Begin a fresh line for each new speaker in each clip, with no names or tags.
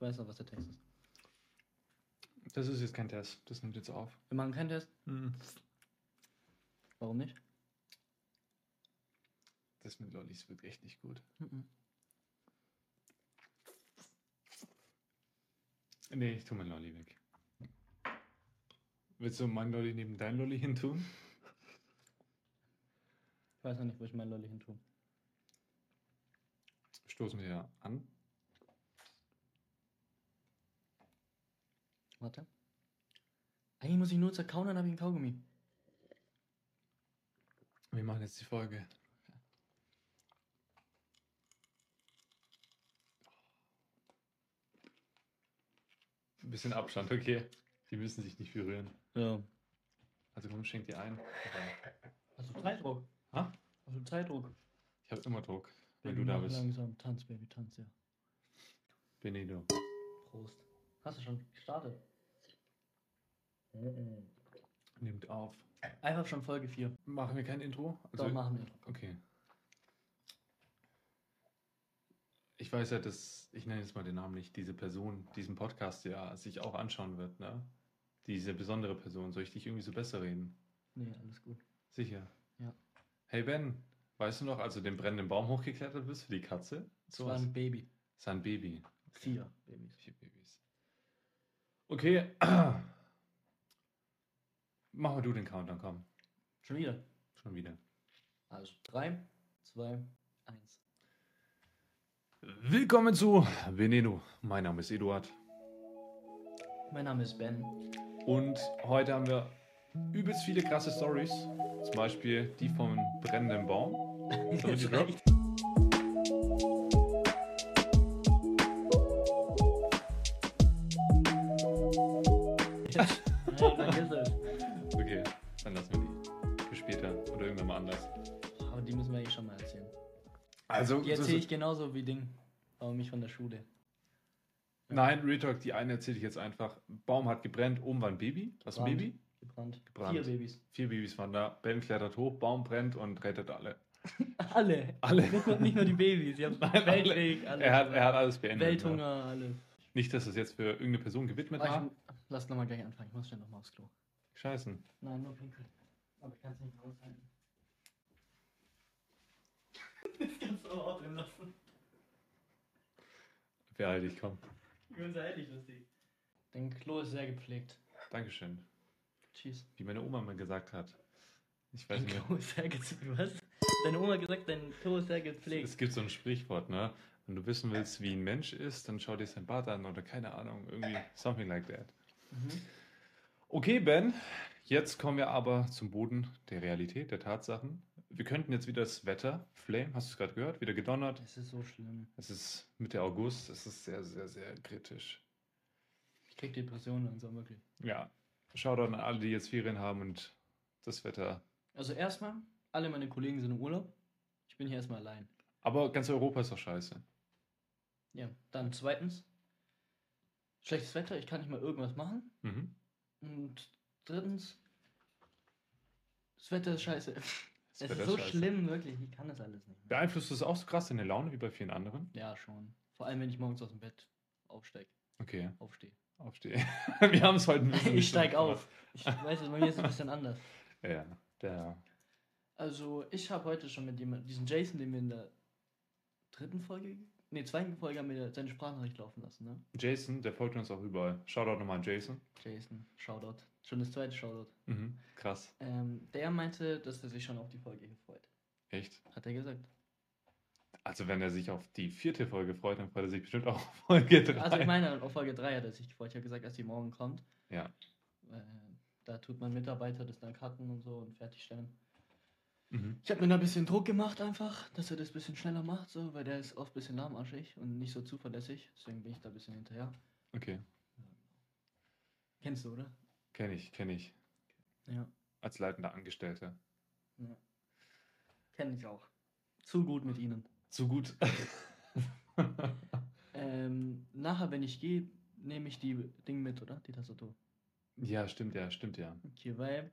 weiß noch, was der Text ist.
Das ist jetzt kein Test. Das nimmt jetzt auf.
Wir machen keinen Test. Warum nicht?
Das mit Lollis wird echt nicht gut.
Mhm.
Nee, ich tue mein Lolli weg. Willst du mein Lolli neben dein Lolli hin tun?
Ich weiß noch nicht, wo ich mein Lolli hin tue.
Stoßen wir an.
Warte. Eigentlich muss ich nur zerkauen, dann habe ich einen Kaugummi.
Wir machen jetzt die Folge. Ein bisschen Abstand, okay. Die müssen sich nicht berühren.
Ja.
Also komm, schenk dir ein.
Hast du Also Zeitdruck?
Ha?
Hast du Zeitdruck?
Ich habe immer Druck, wenn du da bist.
Langsam. Tanz, Baby, tanz, ja.
Benito.
Prost. Hast du schon gestartet?
Nimmt auf.
Einfach schon Folge 4.
Machen wir kein Intro? Also
Doch, machen wir.
Okay. Ich weiß ja, dass, ich nenne jetzt mal den Namen nicht, diese Person diesen Podcast ja sich auch anschauen wird, ne? Diese besondere Person. Soll ich dich irgendwie so besser reden?
Nee, alles gut.
Sicher.
Ja.
Hey Ben, weißt du noch, als du den brennenden Baum hochgeklettert bist für die Katze?
Es war ein Baby.
Das war ein Baby.
Vier Babys.
Vier Babys. Okay. Mach mal du den Countdown, komm.
Schon wieder.
Schon wieder.
Also 3, 2, 1.
Willkommen zu Veneno. Mein Name ist Eduard.
Mein Name ist Ben.
Und heute haben wir übelst viele krasse Stories. Zum Beispiel die vom brennenden Baum. Damit die Drop-
Nein, vergiss es.
Okay, dann lassen wir die. Für später oder irgendwann mal anders.
Aber die müssen wir eh schon mal erzählen.
Also,
Die erzähle ich genauso wie Ding. Aber mich von der Schule.
nein, Real Talk, die eine erzähle ich jetzt einfach. Baum hat gebrannt, oben war ein Baby. Was ein
Gebrannt.
Baby?
Gebrannt.
Gebrannt.
Vier Babys.
Vier Babys waren da. Ben klettert hoch, Baum brennt und rettet alle.
Alle.
Alle.
Nicht nur, nicht nur die Babys. Die haben
alle.
Weltkrieg, alles.
Er hat, er hat alles beendet. Ne?
Welthunger, alles.
Nicht, dass das jetzt für irgendeine Person gewidmet war.
Oh, ich, lass nochmal gleich anfangen. Ich muss schnell nochmal aufs Klo.
Scheißen.
Nein, nur pinkeln. Aber ich kann es nicht aushalten. Das kannst du aber auch drin lassen.
Wer halt ich komm.
Ich bin so ehrlich lustig. Dein Klo ist sehr gepflegt.
Dankeschön.
Tschüss.
Wie meine Oma mal gesagt hat. Ich weiß
Dein
nicht.
Klo ist sehr gepflegt. Was? Deine Oma hat gesagt, dein Klo ist sehr gepflegt.
Es gibt so ein Sprichwort, ne? Wenn du wissen willst, wie ein Mensch ist, dann schau dir sein Bart an oder keine Ahnung, irgendwie something like that.
Mhm.
Okay, Ben, jetzt kommen wir aber zum Boden der Realität, der Tatsachen. Wir könnten jetzt wieder das Wetter, Flame, hast du es gerade gehört, wieder gedonnert.
Das ist so schlimm.
Es ist Mitte August, es ist sehr, sehr, sehr kritisch.
Ich krieg Depressionen langsam, wirklich.
Ja, schau dann an alle, die jetzt Ferien haben und das Wetter.
Also erstmal, alle meine Kollegen sind im Urlaub. Ich bin hier erstmal allein.
Aber ganz Europa ist doch scheiße.
Ja, dann zweitens, schlechtes Wetter, ich kann nicht mal irgendwas machen.
Mhm.
Und drittens, das Wetter ist scheiße.
Das
es
Wetter
ist so
scheiße.
schlimm, wirklich. Ich kann das alles nicht mehr.
Beeinflusst es auch so krass deine Laune wie bei vielen anderen?
Ja, schon. Vor allem, wenn ich morgens aus dem Bett aufsteig,
Okay,
aufstehe.
aufstehen. wir haben es heute ein bisschen.
Ich
nicht so
steig
gut gemacht.
auf. Ich weiß es, bei mir ist es ein bisschen anders.
Ja, der.
Also, ich habe heute schon mit jemandem, diesen Jason, den wir in der dritten Folge, nee, zweiten Folge haben wir seine Sprachnachricht laufen lassen, ne?
Jason, der folgt uns auch überall. Shoutout nochmal an Jason.
Jason, Shoutout. Schon das zweite Shoutout.
Mhm. Krass.
Ähm, der meinte, dass er sich schon auf die Folge hier freut.
Echt?
Hat er gesagt.
Also, wenn er sich auf die vierte Folge freut, dann freut er sich bestimmt auch auf Folge 3.
Also ich meine, auf Folge 3 hat er sich gefreut. Ich habe gesagt, dass die morgen kommt.
Ja.
Äh, da tut man Mitarbeiter das dann cutten und so und fertigstellen.
mhm.
Ich habe mir da ein bisschen Druck gemacht einfach, dass er das ein bisschen schneller macht, so, weil der ist oft ein bisschen lahmarschig und nicht so zuverlässig. Deswegen bin ich da ein bisschen hinterher.
Okay,
Kennst du, oder?
kenne ich, kenne ich.
Ja.
Als leitender Angestellter.
ja. Kenne ich auch. Zu gut mit ihnen.
Zu gut.
Ähm, nachher, wenn ich gehe, nehme ich die Ding mit, oder? Die Tastatur.
ja, stimmt ja, stimmt ja.
Okay, weil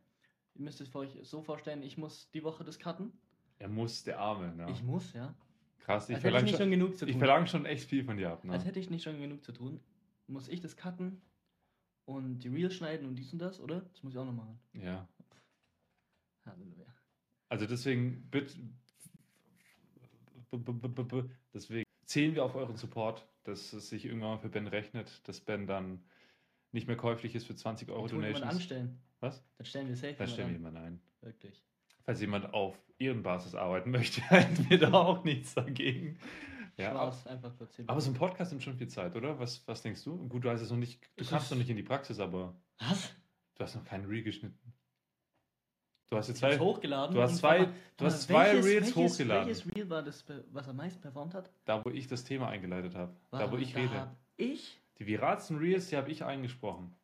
ihr müsst es euch so vorstellen, ich muss die Woche das cutten.
Er muss, der Arme. Ne?
Ich muss, ja.
Krass, ich
als hätte ich
verlange
nicht
schon,
schon genug zu
ich
tun.
verlang schon echt viel von dir ab.
als
Ne?
hätte ich nicht schon genug zu tun. muss ich das cutten und die Reels schneiden und dies und das, oder? Das muss ich auch noch machen.
Ja.
Halleluja.
Also deswegen, bitte. b- b- b- b- b- Deswegen zählen wir auf euren Support, dass es sich irgendwann mal für Ben rechnet, dass Ben dann nicht mehr käuflich ist für 20 Euro
Tun jemanden
Donations.
anstellen.
Was?
Dann stellen wir safe.
Da
jemanden
stellen wir
an.
jemanden ein.
Wirklich.
Falls jemand auf Ehrenbasis arbeiten möchte, hätten wir da auch nichts dagegen. Ja, aber,
Spaß, einfach platzieren.
aber so ein Podcast nimmt schon viel Zeit, oder? Was, was denkst du? Gut, du hast es noch nicht, du
Es
kannst
ist-
noch nicht in die Praxis, aber
Was?
du hast noch keinen Reel geschnitten. Du hast jetzt
Ich hab's
zwei,
hochgeladen.
du hast
und
zwei,
warte,
du hast
warte,
zwei
welches-
Reels
welches-
hochgeladen.
Welches Reel war das, be- was am meisten performt hat?
Da, wo ich das Thema eingeleitet habe. Da, wo
Warte,
ich rede.
hab ich,
Die viralsten Reels, die habe ich eingesprochen.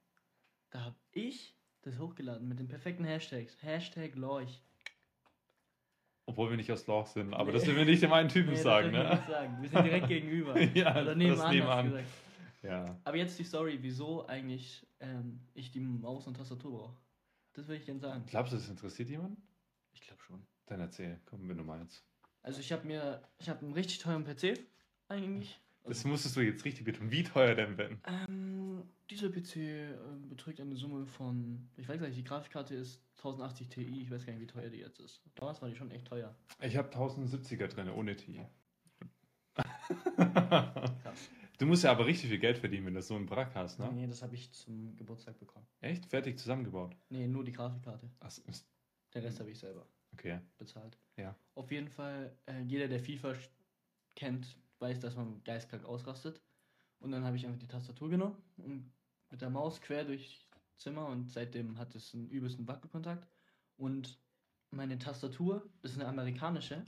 da hab ich das hochgeladen mit den perfekten Hashtags. Hashtag Lorch.
Obwohl wir nicht aus Lauch sind. Aber
Nee.
das will wir nicht dem einen Typen
Nee, das
sagen,
dürfen wir
ne?
nicht sagen. Wir sind direkt gegenüber.
ja,
Oder
das
nebenan, hast du
nebenan.
gesagt.
Ja.
Aber jetzt die Story, wieso eigentlich ähm, ich die Maus und Tastatur brauche. Das würde ich gerne sagen.
Glaubst du, das interessiert jemanden?
Ich glaube schon.
Dann erzähl, komm, wenn du meinst.
Also ich habe mir, ich habe einen richtig teuren PC eigentlich.
Das
Also,
musstest du jetzt richtig betonen. Wie teuer denn, Ben?
ähm, dieser PC äh, beträgt eine Summe von, ich weiß gar nicht, die Grafikkarte ist 1080 Ti, ich weiß gar nicht, wie teuer die jetzt ist. Damals war die schon echt teuer.
Ich habe 1070er drin, ohne TI.
Krass.
du musst ja aber richtig viel Geld verdienen, wenn du so einen Brack hast, ne?
Nee, das habe ich zum Geburtstag bekommen.
Echt? Fertig zusammengebaut.
Nee, nur die Grafikkarte.
Ach, so, ist-
Den Rest habe ich selber
okay.
bezahlt.
Ja.
Auf jeden Fall, äh, jeder, der FIFA sch- kennt, weiß, dass man geistkrank ausrastet. Und dann habe ich einfach die Tastatur genommen und mit der Maus quer durchs Zimmer und seitdem hat es einen übelsten Wackelkontakt. Und meine Tastatur ist eine amerikanische.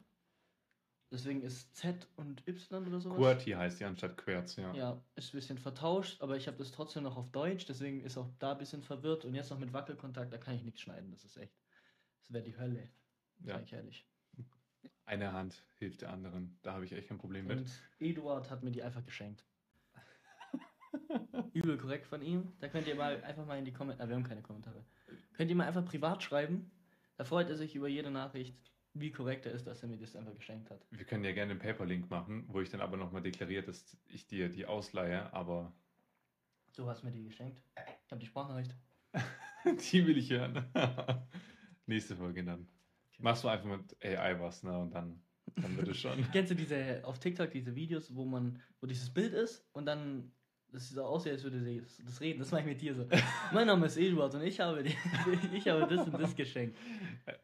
Deswegen ist Z und Y oder sowas.
QWERTY heißt die anstatt Querz, ja.
Ja, ist ein bisschen vertauscht, aber ich habe das trotzdem noch auf Deutsch, deswegen ist auch da ein bisschen verwirrt. Und jetzt noch mit Wackelkontakt, da kann ich nichts schneiden, das ist echt. Das wäre die Hölle,
Ja.
sag ich ehrlich.
Eine Hand hilft der anderen. Da habe ich echt kein Problem mit.
Und Eduard hat mir die einfach geschenkt. Übel korrekt von ihm. Da könnt ihr mal einfach mal in die Kommentare. Wir haben keine Kommentare. Könnt ihr mal einfach privat schreiben. Da freut er sich über jede Nachricht, wie korrekt er ist, dass er mir das einfach geschenkt hat.
Wir können ja gerne einen Paperlink machen, wo ich dann aber nochmal deklariere, dass ich dir die ausleihe, aber
Du hast mir die geschenkt. Ich habe die Sprachnachricht.
die will ich hören. Nächste Folge dann. Machst du einfach mit AI was, ne? Und dann, dann wird es schon.
Kennst du diese auf TikTok diese Videos, wo man, wo dieses Bild ist und dann das so aussieht, als würde sie das, das reden. Das mache ich mit dir so. mein Name ist Eduard und ich habe, die, ich habe das und das geschenkt.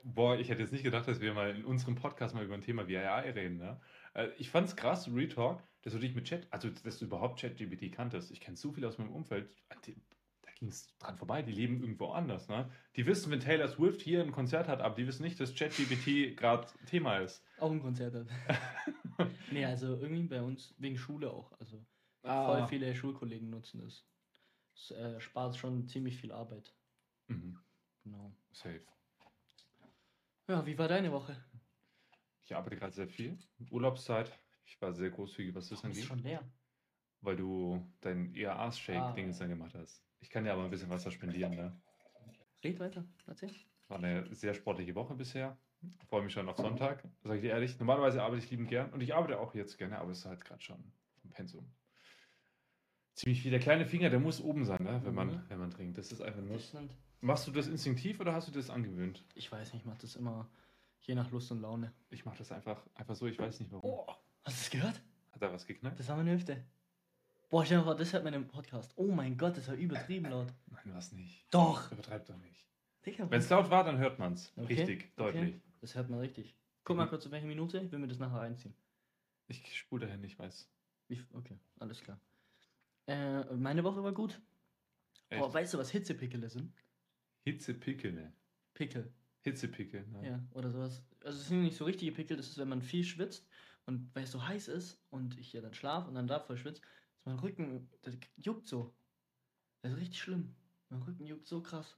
Boah, ich hätte jetzt nicht gedacht, dass wir mal in unserem Podcast mal über ein Thema wie AI reden, ne? Äh, Ich fand's krass, Retalk, dass du dich mit Chat, also dass du überhaupt ChatGPT kanntest. Ich kenne so viele aus meinem Umfeld, an die- da ging's dran vorbei, die leben irgendwo anders, ne? Die wissen, wenn Taylor Swift hier ein Konzert hat, aber die wissen nicht, dass ChatGPT gerade Thema ist.
Auch ein Konzert hat. nee, also irgendwie bei uns wegen Schule auch. Also voll viele Schulkollegen nutzen das. Es äh, spart schon ziemlich viel Arbeit.
Mhm,
Genau.
safe.
Ja, wie war deine Woche?
Ich arbeite gerade sehr viel. Urlaubszeit. Ich war sehr großzügig, was das
Warum ist
angeht.
schon leer.
Weil du dein E ERA-Shake-Ding
Ah.
dann gemacht hast. Ich kann dir aber ein bisschen Wasser spendieren, ne?
Red weiter, erzähl.
War eine sehr sportliche Woche bisher. Freue mich schon auf Sonntag. Sag ich dir ehrlich, normalerweise arbeite ich liebend gern und ich arbeite auch jetzt gerne, aber es ist halt gerade schon ein Pensum. Ziemlich viel. Der kleine Finger, der muss oben sein, ne? wenn, man,
Mhm.
wenn man trinkt. Das ist einfach nur.
Das sind,
Machst du das instinktiv oder hast du dir das angewöhnt?
ich weiß nicht, ich mach das immer je nach Lust und Laune.
Ich mache das einfach, einfach so, ich weiß nicht warum.
Oh, hast du das gehört?
Hat da was geknackt?
Das war meine Hüfte. Boah, stell dir mal vor, das hört man im Podcast. Oh mein Gott, das war übertrieben laut.
Nein, was nicht.
Doch.
Übertreib doch nicht.
Digga,
Wenn es laut war, dann hört man es.
Okay, okay.
Richtig, deutlich.
das hört man richtig. Guck mal kurz, auf welche Minute. Ich will mir das nachher reinziehen.
Ich spule dahin, ich weiß.
Wie, f- okay, alles klar. Äh, meine Woche war gut.
Echt.
Boah, weißt du, was Hitzepickele sind?
Hitzepickel, ne?
Pickel,
Hitzepickel, ne?
ja, oder sowas. Also es sind nicht so richtige Pickel, das ist, wenn man viel schwitzt und weil es so heiß ist und ich ja dann schlaf und dann da voll schwitzt, ist mein Rücken, das juckt so. Das ist richtig schlimm. Mein Rücken juckt so krass.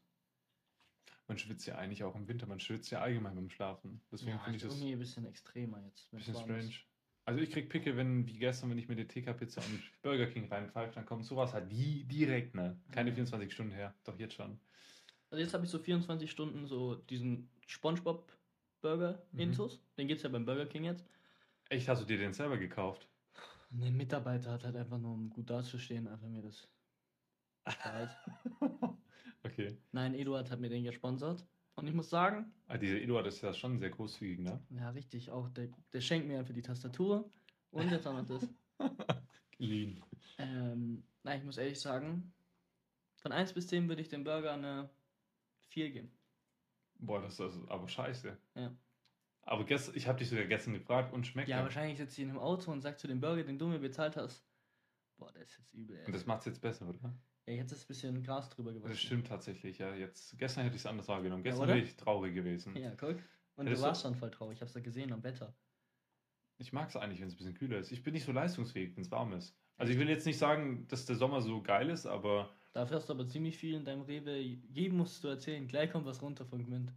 Man schwitzt ja eigentlich auch im Winter, man schwitzt ja allgemein beim Schlafen. Deswegen
Ja,
finde ich
ist
das
irgendwie ein bisschen extremer jetzt. wenn's
bisschen
warm ist.
strange. Also ich krieg Pickel, wenn, wie gestern, wenn ich mir die TK-Pizza und Burger King reinpfeife, dann kommt sowas halt die direkt, ne? Keine
Ja.
24 Stunden her, doch jetzt schon.
Also jetzt habe ich so 24 Stunden so diesen
Mhm.
Spongebob-Burger-Intus. Den gibt's ja beim Burger King jetzt.
Echt, hast du dir den selber gekauft?
Und der Mitarbeiter hat halt einfach nur, um gut dazustehen, einfach mir das Halt.
Okay.
Nein, Eduard hat mir den gesponsert. Und ich muss sagen,
Ah, dieser Eduard ist ja schon sehr großzügig, ne?
ja, richtig, auch der, der schenkt mir einfach die Tastatur. Und jetzt haben wir das.
Lean.
Ähm, nein, ich muss ehrlich sagen, von 1 bis 10 würde ich dem Burger eine 4 geben.
Boah, das ist aber scheiße.
Ja.
Aber gestern, ich habe dich sogar gestern gefragt und schmeckt
Ja,
er?
wahrscheinlich sitzt sie in einem Auto und sagt zu dem Burger, den du mir bezahlt hast. Boah, das ist jetzt übel. Ey.
Und das macht es jetzt besser, oder?
ja, jetzt ist ein bisschen Gras drüber gewachsen.
Das stimmt tatsächlich, ja. Jetzt, gestern hätte ich es anders wahrgenommen.
Ja,
Gestern
oder?
wäre ich traurig gewesen.
Ja, guck. Und
Hättest
du
du-
warst schon voll traurig, ich hab's ja gesehen am Wetter.
Ich mag es eigentlich, wenn es ein bisschen kühler ist. Ich bin nicht so leistungsfähig, wenn es warm ist. Also ich will jetzt nicht sagen, dass der Sommer so geil ist, aber
Dafür hast du aber ziemlich viel in deinem Rewe. Jedem musst du erzählen, gleich kommt was runter von Gmünd.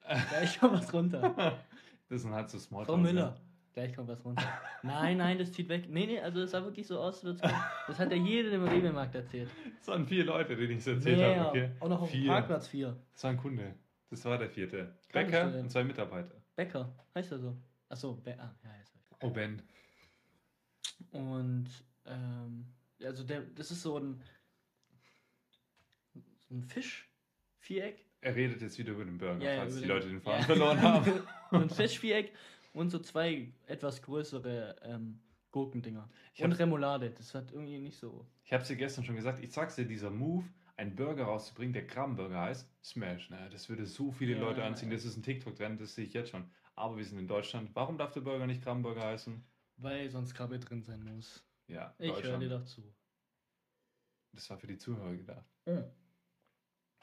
Gleich kommt was runter.
das sind halt so Smalltalk.
Frau Müller.
Ne?
Gleich kommt was runter. Nein, nein, das zieht weg. Nee, nee, also es sah wirklich so aus, als würd's- das hat ja jeder im Rewe-Markt erzählt.
Das waren vier Leute, denen ich es erzählt habe. Okay.
Auch noch auf dem
Vier.
Parkplatz vier.
Das war ein Kunde. Das war der vierte.
Kann ich
Bäcker
sehen.
und zwei Mitarbeiter.
Becker, heißt er so. Achso, Be ah, ja, jetzt hab
Oh, Ben.
ich- Und, ähm, also der, das ist so ein, so ein Fisch-Viereck.
Er redet jetzt wieder über den Burger,
Ja, ja,
falls
über
die
den-
Leute den Faden
ja.
verloren haben.
So ein Fischviereck und so zwei etwas größere ähm, Gurkendinger.
Ich
und
hab-
Remoulade, das hat irgendwie nicht so.
Ich habe es dir gestern schon gesagt. Ich sag's dir, dieser Move, einen Burger rauszubringen, der Krabbenburger heißt, Smash. Ne? Das würde so viele
Ja,
Leute anziehen.
ja.
Das ist ein TikTok-Trend, das sehe ich jetzt schon. Aber wir sind in Deutschland. Warum darf der Burger nicht Krabbenburger heißen?
Weil sonst Krabbe drin sein muss.
Ja,
Ich höre
Deutschland.
dir doch zu.
Das war für die Zuhörer gedacht.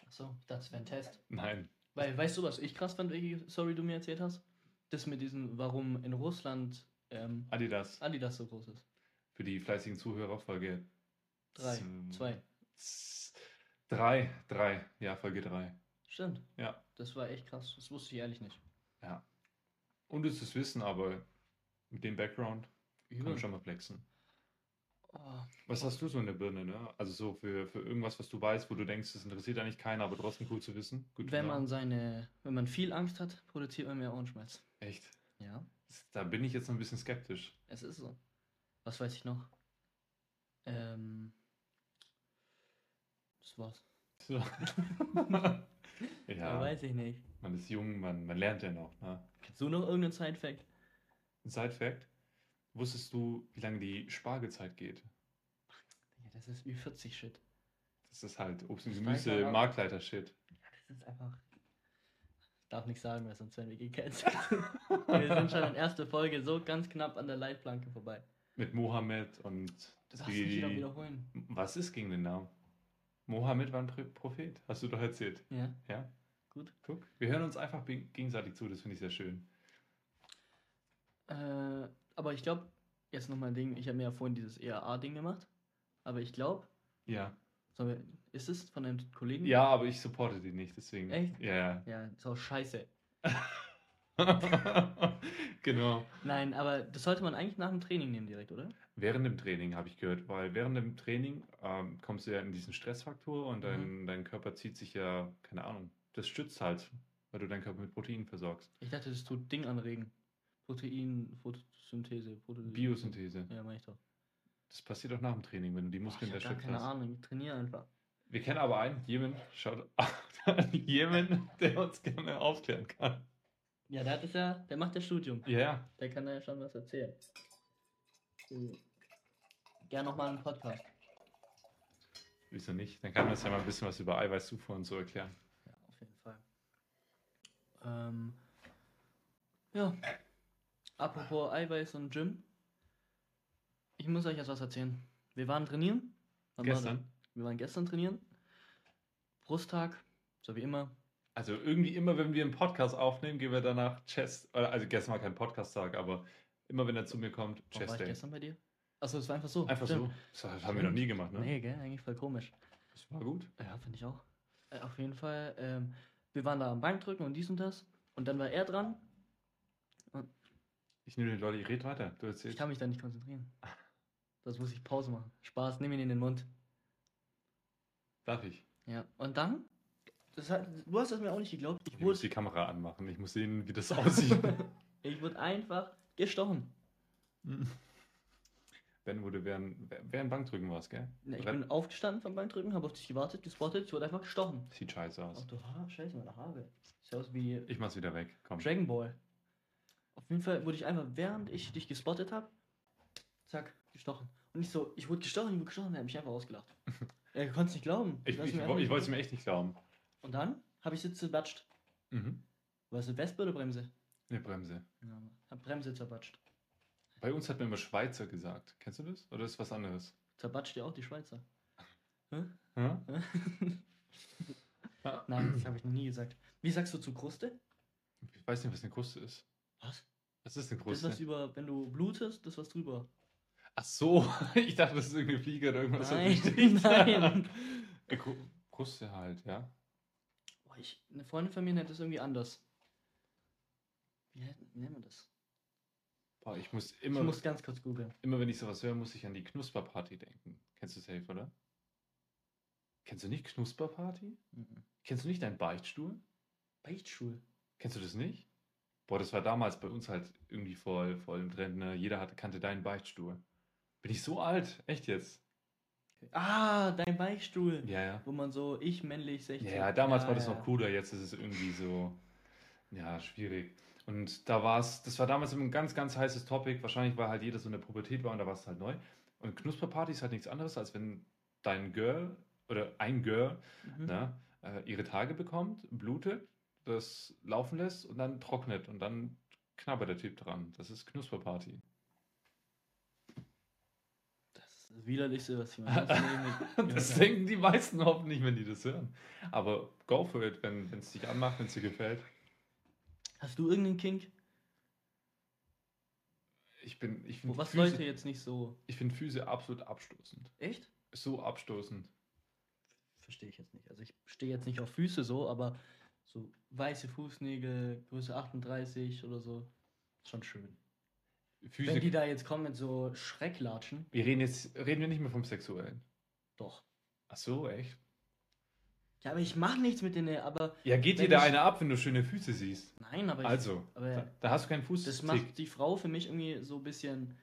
Achso, das wäre ein Test.
Nein.
Weil, weißt du, was ich krass fand, welche Story du mir erzählt hast? Das mit diesem, warum in Russland ähm,
Adidas.
Adidas so groß ist.
Für die fleißigen Zuhörer, Folge
Drei,
Z-
zwei.
Z- Drei, drei. Ja, Folge drei.
Stimmt.
Ja.
Das war echt krass. Das wusste ich ehrlich nicht.
Und es ist Wissen, aber mit dem Background kann man
Übel.
schon mal flexen.
Oh,
Was hast du so in der Birne, ne? Also so für, für irgendwas, was du weißt, wo du denkst, das interessiert eigentlich keiner, aber trotzdem cool zu wissen. Gut zu
wenn man
sagen.
seine, wenn man viel Angst hat, produziert man mehr Ohrenschmerz.
Echt.
Ja.
Da bin ich jetzt noch ein bisschen skeptisch.
Es ist so. Was weiß ich noch? Ähm. Das war's.
So.
Ja,
ja,
Weiß ich nicht.
man ist jung, man, man lernt ja noch, ne?
Kennst du noch irgendeinen Side-Fact?
Side-Fact, wusstest du, wie lange die Spargelzeit geht?
Ja, das ist Ü40-Shit.
Das ist halt Obst und
Das weiß man
Gemüse,
auch.
Marktleiter-Shit.
Das ist einfach. Ich darf nicht sagen, weil sonst werden wir gecancelt. wir sind schon in erster Folge so ganz knapp an der Leitplanke vorbei.
Mit Mohammed und
Du darfst nicht wieder wiederholen.
Was ist gegen den Namen? Mohammed war ein Pr- Prophet, hast du doch erzählt.
Ja,
Ja,
gut.
guck. Wir hören uns einfach be- gegenseitig zu, das finde ich sehr schön.
Äh, aber ich glaube, jetzt nochmal ein Ding. Ich habe mir ja vorhin dieses ERA-Ding gemacht. Aber ich glaube,
Ja.
ist es von einem Kollegen?
Ja, aber ich supporte den nicht, deswegen.
Echt?
Ja,
Ja, ist auch scheiße.
ja. genau.
Nein, aber das sollte man eigentlich nach dem Training nehmen direkt, oder?
Während dem Training habe ich gehört, weil während dem Training ähm, kommst du ja in diesen Stressfaktor und
Mhm.
dein, dein Körper zieht sich ja, keine Ahnung, das stützt halt, weil du deinen Körper mit Proteinen versorgst.
Ich dachte, das tut Ding anregen. Protein, Photosynthese, Photosynthese.
Biosynthese.
Ja, mach ich doch.
Das passiert auch nach dem Training, wenn du die
Boah, ich
Muskeln
hab gar
erschöpft
keine
hast.
Ahnung, ich trainiere einfach.
Wir kennen aber einen, Jemen, schaut an Jemen, der uns gerne aufklären kann.
Ja, der hat es ja, der macht das Studium.
Ja, ja.
Der kann da ja schon was erzählen. Gerne nochmal einen Podcast.
wieso nicht? Dann kann man uns ja mal ein bisschen was über Eiweißzufuhr und so erklären.
Ja, auf jeden Fall. Ähm, ja. Apropos Eiweiß und Gym. Ich muss euch jetzt was erzählen. Wir waren trainieren. Wann war das?
Gestern.
Wir waren gestern trainieren. Brusttag, so wie immer.
Also irgendwie immer, wenn wir einen Podcast aufnehmen, gehen wir danach Chest, oder, also gestern war kein Podcast-Tag, aber immer wenn er zu mir kommt,
Warum Oh, war
Chest
ich
Day.
gestern bei dir? Achso, es war einfach so.
Einfach
stimmt.
so. Das haben wir noch nie gemacht, ne?
Nee, gell? Eigentlich voll komisch.
Das war gut.
Ja, finde ich auch. Äh, auf jeden Fall. Ähm, wir waren da am Bankdrücken und dies und das. Und dann war er dran.
Ich nehme den Leute, ich rede weiter. Du
Ich
erzählst.
kann mich da nicht konzentrieren. Das muss ich Pause machen. Spaß, nimm ihn in den Mund.
Darf ich?
Ja, und dann? Das hat, du hast das mir auch nicht geglaubt.
Ich
Ich
muss
wurde,
die Kamera anmachen. Ich muss sehen, wie das aussieht.
ich wurde einfach gestochen.
Wenn Ben wurde während, während Bankdrücken war es, gell?
Na, ich
Brett-
bin aufgestanden vom Bankdrücken, habe auf dich gewartet, gespottet, ich wurde einfach gestochen.
Sieht scheiße
Ach
aus.
du Haar, scheiße, meine Haare. Sieht aus wie
Ich mach's wieder weg. Komm.
Dragon Ball. Auf jeden Fall wurde ich einfach, während ich dich gespottet habe, zack, gestochen. Und ich so, ich wurde gestochen, ich wurde gestochen, er hat mich einfach ausgelacht. er konnte es nicht glauben.
Ich,
Du hast
ich,
mir
wo-
einfach
ich wollte es
nicht
mir echt nicht glauben.
glauben. Und dann habe ich Sitze zerbatscht.
Mhm.
Warst du Wespe oder Bremse?
Eine Bremse.
Ja, hab Bremse zerbatscht.
Bei uns hat man immer Schweizer gesagt. Kennst du das? Oder ist was anderes?
Zerbatscht ja auch die Schweizer. Hä?
Hm?
Hä?
Ah,
Nein, das habe ich noch nie gesagt. Wie sagst du zu Kruste?
Ich weiß nicht, was eine Kruste ist.
Was?
Was ist eine
Das, was
Kruste?
über, wenn du blutest, das, was drüber.
Ach so, ich dachte, das ist irgendeine Fliege oder irgendwas. was
Nein,
sticht.
nein.
Eine Kru- Kruste halt, ja.
Boah, ich, eine Freundin von mir nennt das irgendwie anders. Wie nennt- nennt man das?
Boah, ich muss immer,
Ich muss ganz kurz googeln.
immer, wenn ich sowas höre, muss ich an die Knusperparty denken. Kennst du safe, oder? Kennst du nicht Knusperparty? Kennst du nicht deinen Beichtstuhl?
Beichtschul.
Kennst du das nicht? Boah, das war damals bei uns halt irgendwie voll, voll im Trend, ne? Jeder hatte, kannte deinen Beichtstuhl. Bin ich so alt? Echt jetzt?
Ah, dein Beichtstuhl.
Ja, ja.
Wo man so, ich männlich 16.
Ja, ja, damals war das
ja.
noch cooler, jetzt ist es irgendwie so, ja, schwierig. Und da war es, das war damals ein ganz, ganz heißes Topic, wahrscheinlich weil halt jeder so in der Pubertät war und da war es halt neu. Und Knusperparty ist halt nichts anderes, als wenn dein Girl oder ein Girl
Mhm.
ne, äh, ihre Tage bekommt, blutet, das laufen lässt und dann trocknet und dann knabbert der Typ dran. Das ist Knusperparty.
Das ist das Widerlichste, was ich in meinem ganzen Leben gehört
Das
habe.
denken die meisten hoffentlich nicht, wenn die das hören. Aber go for it, wenn es dich anmacht, wenn es dir gefällt.
Hast du irgendeinen Kink?
Ich bin, ich
Wo-
finde
Was
Füße,
Leute jetzt nicht so.
ich find Füße absolut abstoßend.
Echt?
So abstoßend.
Verstehe ich jetzt nicht. Also ich stehe jetzt nicht auf Füße so, aber so weiße Fußnägel, Größe 38 oder so. Ist schon schön.
Füße.
Wenn die da jetzt kommen mit so Schrecklatschen,
wir reden jetzt, reden wir nicht mehr vom Sexuellen.
doch.
Ach so, echt?
Ja, aber ich mache nichts mit denen, aber.
Ja, geht
Wenn
dir da
ich-
einer ab, wenn du schöne Füße siehst.
Nein, aber.
Also,
aber-
da, da hast du keinen Fuß.
ich, das macht die Frau für mich irgendwie so ein bisschen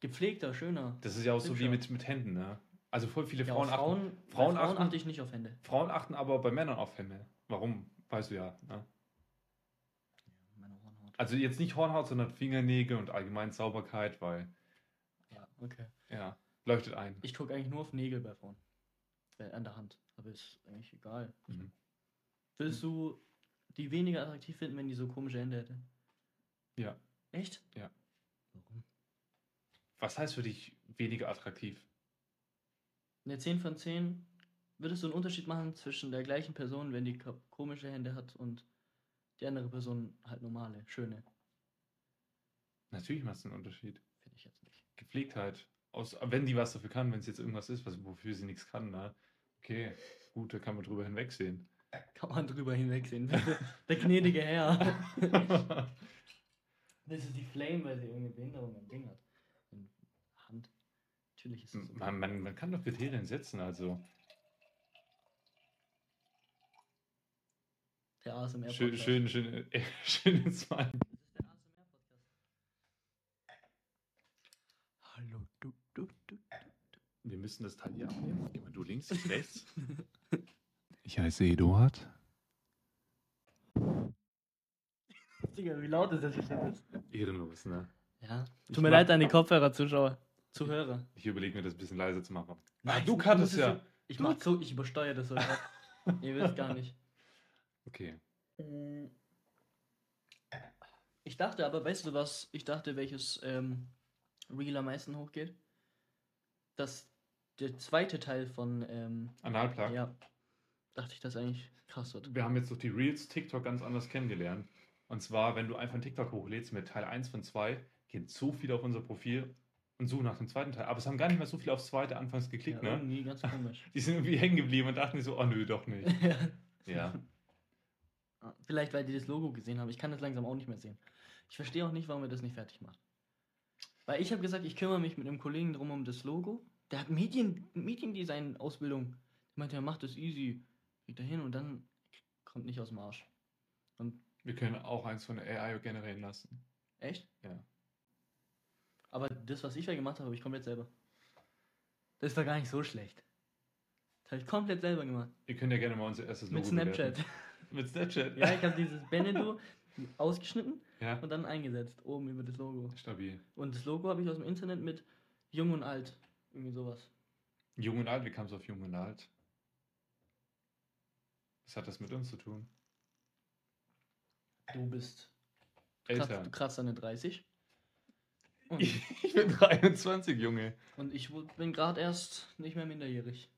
gepflegter, schöner.
Das ist ja auch so
Stimmt
wie
schon.
mit, mit Händen, ne? Also voll viele
Ja,
Frauen,
auf
achten,
Frauen, bei
Frauen
Frauen
achten-
achte ich nicht auf Hände.
Frauen achten aber bei Männern auf Hände. Warum? Weißt du ja. Ne?
Meine Hornhaut.
Also jetzt nicht Hornhaut, sondern Fingernägel und allgemein Sauberkeit, weil,
Ja, okay.
ja, leuchtet ein.
Ich gucke eigentlich nur auf Nägel bei Frauen. Äh, An der Hand. Aber ist eigentlich egal.
Mhm.
Würdest du die weniger attraktiv finden, wenn die so komische Hände hätte?
Ja.
Echt?
Ja.
Warum?
Was heißt für dich weniger attraktiv?
Eine 10 von 10, würdest du einen Unterschied machen zwischen der gleichen Person, wenn die ko- komische Hände hat und die andere Person halt normale, schöne?
Natürlich macht es einen Unterschied.
Finde ich jetzt nicht.
Gepflegtheit. Aus, wenn die was dafür kann, wenn es jetzt irgendwas ist, was, wofür sie nichts kann, ne? Okay, gut, da kann man drüber hinwegsehen.
Kann man drüber hinwegsehen. bitte. der gnädige Herr. Das ist die Flame, weil sie irgendeine Behinderung im Ding hat. In Hand. Natürlich ist es so.
man, man, man kann doch Kriterien setzen, also.
Der ASMR
Schön, schön, schön, äh, schön ins Mal.
Hallo, du, du, du.
Wir müssen das Teil hier abnehmen. Geh mal du links, ich rechts. Ich heiße Eduard.
Digga, wie laut ist das jetzt?
Ehrenlos, ne?
Ja.
Ich
Tut mir
mach-
leid an die Kopfhörer, Zuschauer. Zuhörer.
Ich überlege mir das ein bisschen leiser zu machen.
Nein,
Ah, du
ich-
kannst
das
es
ist
ja.
so- Ich mach so, ich übersteuere das heute. Ihr wisst gar nicht.
Okay. Äh.
Ich dachte aber, weißt du was? Ich dachte, welches ähm, Reel am meisten hochgeht? Das der zweite Teil von ähm,
Analplug.
ja, dachte ich, dass eigentlich krass wird.
Wir haben jetzt durch die Reels TikTok ganz anders kennengelernt. Und zwar, wenn du einfach einen TikTok hochlädst mit Teil 1 von 2, gehen so viele auf unser Profil und suchen nach dem zweiten Teil. Aber es haben gar nicht mehr so viele aufs zweite anfangs geklickt,
ja,
ne?
Irgendwie ganz komisch.
Die sind irgendwie hängen geblieben und dachten so, oh nö, doch nicht. Ja.
Ah, Vielleicht, weil die das Logo gesehen haben. Ich kann das langsam auch nicht mehr sehen. Ich verstehe auch nicht, warum er das nicht fertig macht. Weil ich habe gesagt, ich kümmere mich mit einem Kollegen drum um das Logo. Der hat Medien, Mediendesign-Ausbildung. Der meinte, er macht das easy. Geht da hin und dann kommt nicht aus dem Arsch.
Wir können auch eins von der AI generieren lassen.
Echt?
Ja.
Aber das, was ich da gemacht habe, habe ich komplett selber. Das war gar nicht so schlecht. Das habe ich komplett selber gemacht.
Ihr könnt ja gerne mal unser erstes Logo
Mit Snapchat.
bewerten. Mit Snapchat.
ja, ich habe dieses Benedo ausgeschnitten
Ja,
und dann eingesetzt, oben über das Logo.
stabil.
Und das Logo habe ich aus dem Internet mit Jung und Alt. Irgendwie sowas.
Jung und alt, wie kam es auf jung und alt? Was hat das mit uns zu tun?
Du bist kratzt, du
Eltern.
kratzt an den 30. Und,
Ich, ich bin 23, Junge.
und ich wu- bin gerade erst nicht mehr minderjährig.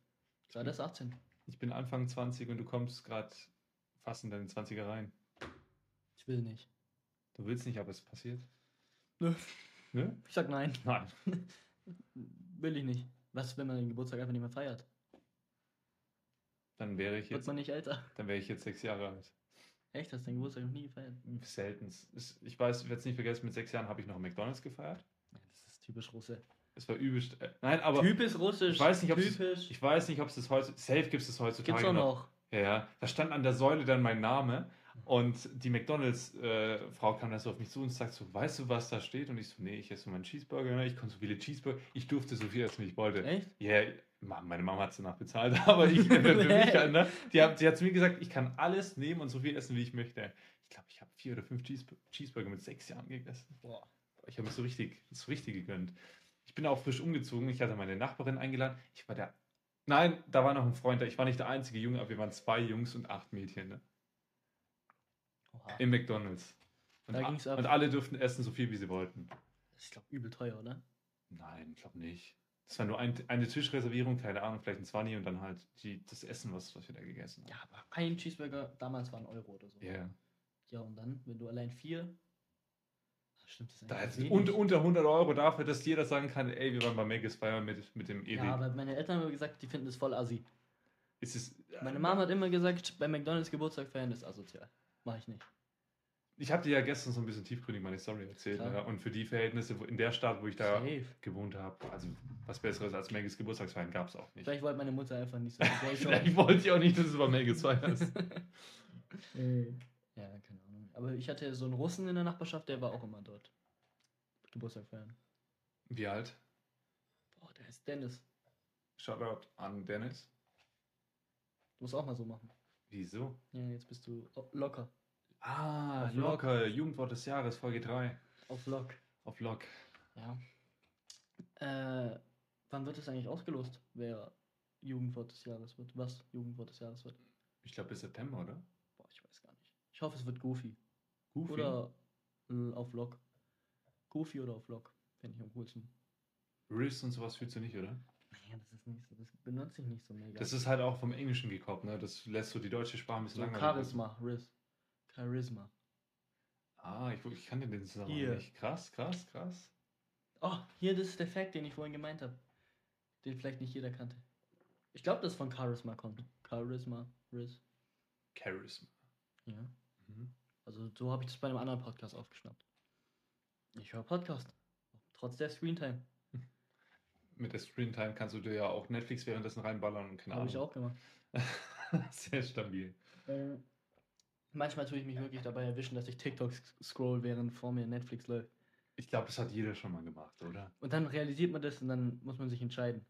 Gerade erst 18.
Ich bin Anfang 20 und du kommst gerade fast in deine 20er rein.
Ich will nicht.
Du willst nicht, aber es passiert.
Nö,
Ne?
ich sag nein.
Nein.
Will ich nicht. Was, wenn man den Geburtstag einfach nicht mehr feiert?
Dann wäre ich
Wird
jetzt,
man nicht älter?
dann wäre ich jetzt sechs Jahre alt.
Echt, hast du deinen Geburtstag noch nie gefeiert?
Seltens. Es- Ich weiß, ich werde es nicht vergessen, mit sechs Jahren habe ich noch McDonalds gefeiert.
Das ist typisch Russe.
Es war übelst. äh, Nein, aber
typisch russisch.
ich weiß nicht, ob es-
typisch.
ich weiß nicht, ob es das heute. Safe gibt es das heutzutage
Gibt's auch noch.
Ja, ja. Da stand an der Säule dann mein Name und die McDonalds-Frau kam dann so auf mich zu und sagt so, weißt du, was da steht? Und ich so, nee, ich esse nur meinen Cheeseburger, ne? ich konnte so viele Cheeseburger, ich durfte so viel essen, wie ich wollte.
Echt?
Ja, Ma- meine Mama hat es danach bezahlt, aber ich für mich halt, ne? Die hat, die hat zu mir gesagt, ich kann alles nehmen und so viel essen, wie ich möchte. Ich glaube, ich habe vier oder fünf Cheese Cheeseburger mit sechs Jahren gegessen.
Boah.
Ich habe es so richtig, so richtig gegönnt. Ich bin auch frisch umgezogen. Ich hatte meine Nachbarin eingeladen. Ich war der. Nein, da war noch ein Freund da. Ich war nicht der einzige Junge, aber wir waren zwei Jungs und acht Mädchen ne?
Oha.
im McDonalds. Und,
Da
a-
ging's ab.
und alle durften essen, so viel wie sie wollten.
Das ist, glaube ich, übel teuer, oder?
Nein, ich glaube nicht. Das war nur ein, eine Tischreservierung, keine Ahnung, vielleicht ein 20 und dann halt die, das Essen, was, was wir da gegessen haben.
Ja, aber ein Cheeseburger damals war ein Euro oder so.
Ja.
Ja, und dann, wenn du allein vier. Ach, Stimmt das
Da
eigentlich
ist
wenig.
und, unter 100 Euro dafür, dass jeder sagen kann, ey, wir waren bei Maggie's Fire mit, mit dem Erik.
Ja, aber meine Eltern haben gesagt, die finden das voll assi.
ist es,
Meine Mama hat immer gesagt, bei McDonalds Geburtstag feiern ist asozial. Mach ich nicht.
äh, Ich habe dir ja gestern so ein bisschen tiefgründig meine Story erzählt.
Klar.
Ne? Und für die Verhältnisse wo- in der Stadt, wo ich da
Safe.
gewohnt habe, also was Besseres als Maggie's Geburtstagsfeiern gab es auch nicht.
Vielleicht wollte meine Mutter einfach nicht so. die wollte schon-
Vielleicht wollte ich auch nicht, dass du bei Maggie's feierst.
Äh. ja, keine Ahnung. Aber ich hatte so einen Russen in der Nachbarschaft, der war auch immer dort. Geburtstag feiern.
Wie alt?
Boah, der ist Dennis.
Shoutout an Dennis.
Du musst auch mal so machen.
Wieso?
Ja, jetzt bist du o- locker.
Ah,
Auf Lock.
locker. Jugendwort des Jahres, Folge 3.
Auf Lock.
Auf Lock.
Ja. Äh, wann wird es eigentlich ausgelost, wer Jugendwort des Jahres wird? Was Jugendwort des Jahres wird?
Ich glaube bis September, oder?
Boah, ich weiß gar nicht. Ich hoffe, es wird Goofy.
Goofy.
Oder äh, auf Lock. Goofy oder auf Lock. Finde ich am coolsten.
Riffs und sowas fühlst du nicht, oder?
Naja, das ist nicht so. Das benutze ich nicht so mega.
Das ist halt auch vom Englischen gekoppelt, ne? Das lässt so die deutsche Sprache ein bisschen
so
langweilig.
Charisma, Riz. Charisma.
Ah, ich, ich kannte den Zusammenhang
Hier.
nicht. Krass, krass, krass.
Oh, hier, das ist der Fact, den ich vorhin gemeint habe. Den vielleicht nicht jeder kannte. Ich glaube, das von Charisma kommt. Charisma, Riz.
Charisma.
Ja.
Mhm.
Also so habe ich das bei einem anderen Podcast aufgeschnappt. Ich höre Podcast. Trotz der Screentime.
Mit der Screentime kannst du dir ja auch Netflix währenddessen reinballern und keine
Habe
Ahnung.
ich auch gemacht. Ähm,
Sehr stabil.
Manchmal tue ich mich wirklich dabei erwischen, dass ich TikTok sc- scroll, während vor mir Netflix läuft.
Ich glaube, das hat jeder schon mal gemacht, oder?
Und dann realisiert man das und dann muss man sich entscheiden.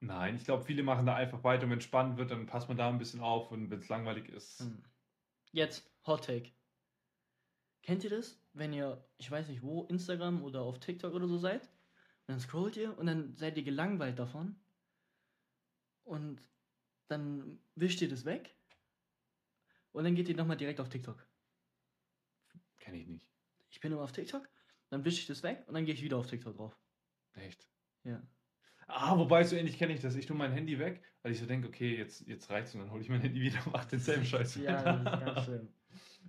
Nein, ich glaube, viele machen da einfach weiter und wenn es spannend wird, dann passt man da ein bisschen auf und wenn es langweilig ist.
Hm. Jetzt, Hot Take. Kennt ihr das? Wenn ihr, ich weiß nicht wo, Instagram oder auf TikTok oder so seid, und dann scrollt ihr und dann seid ihr gelangweilt davon. Und dann wischt ihr das weg. Und dann geht ihr nochmal direkt auf TikTok.
Kenne ich nicht.
Ich bin immer auf TikTok, dann wische ich das weg und dann gehe ich wieder auf TikTok drauf.
Echt.
Ja.
Ah, wobei, so ähnlich kenne ich das. Ich tue mein Handy weg, weil ich so denke, okay, jetzt, jetzt reicht's und dann hole ich mein Handy wieder und mache denselben Scheiß.
Ja, das ist ganz schön.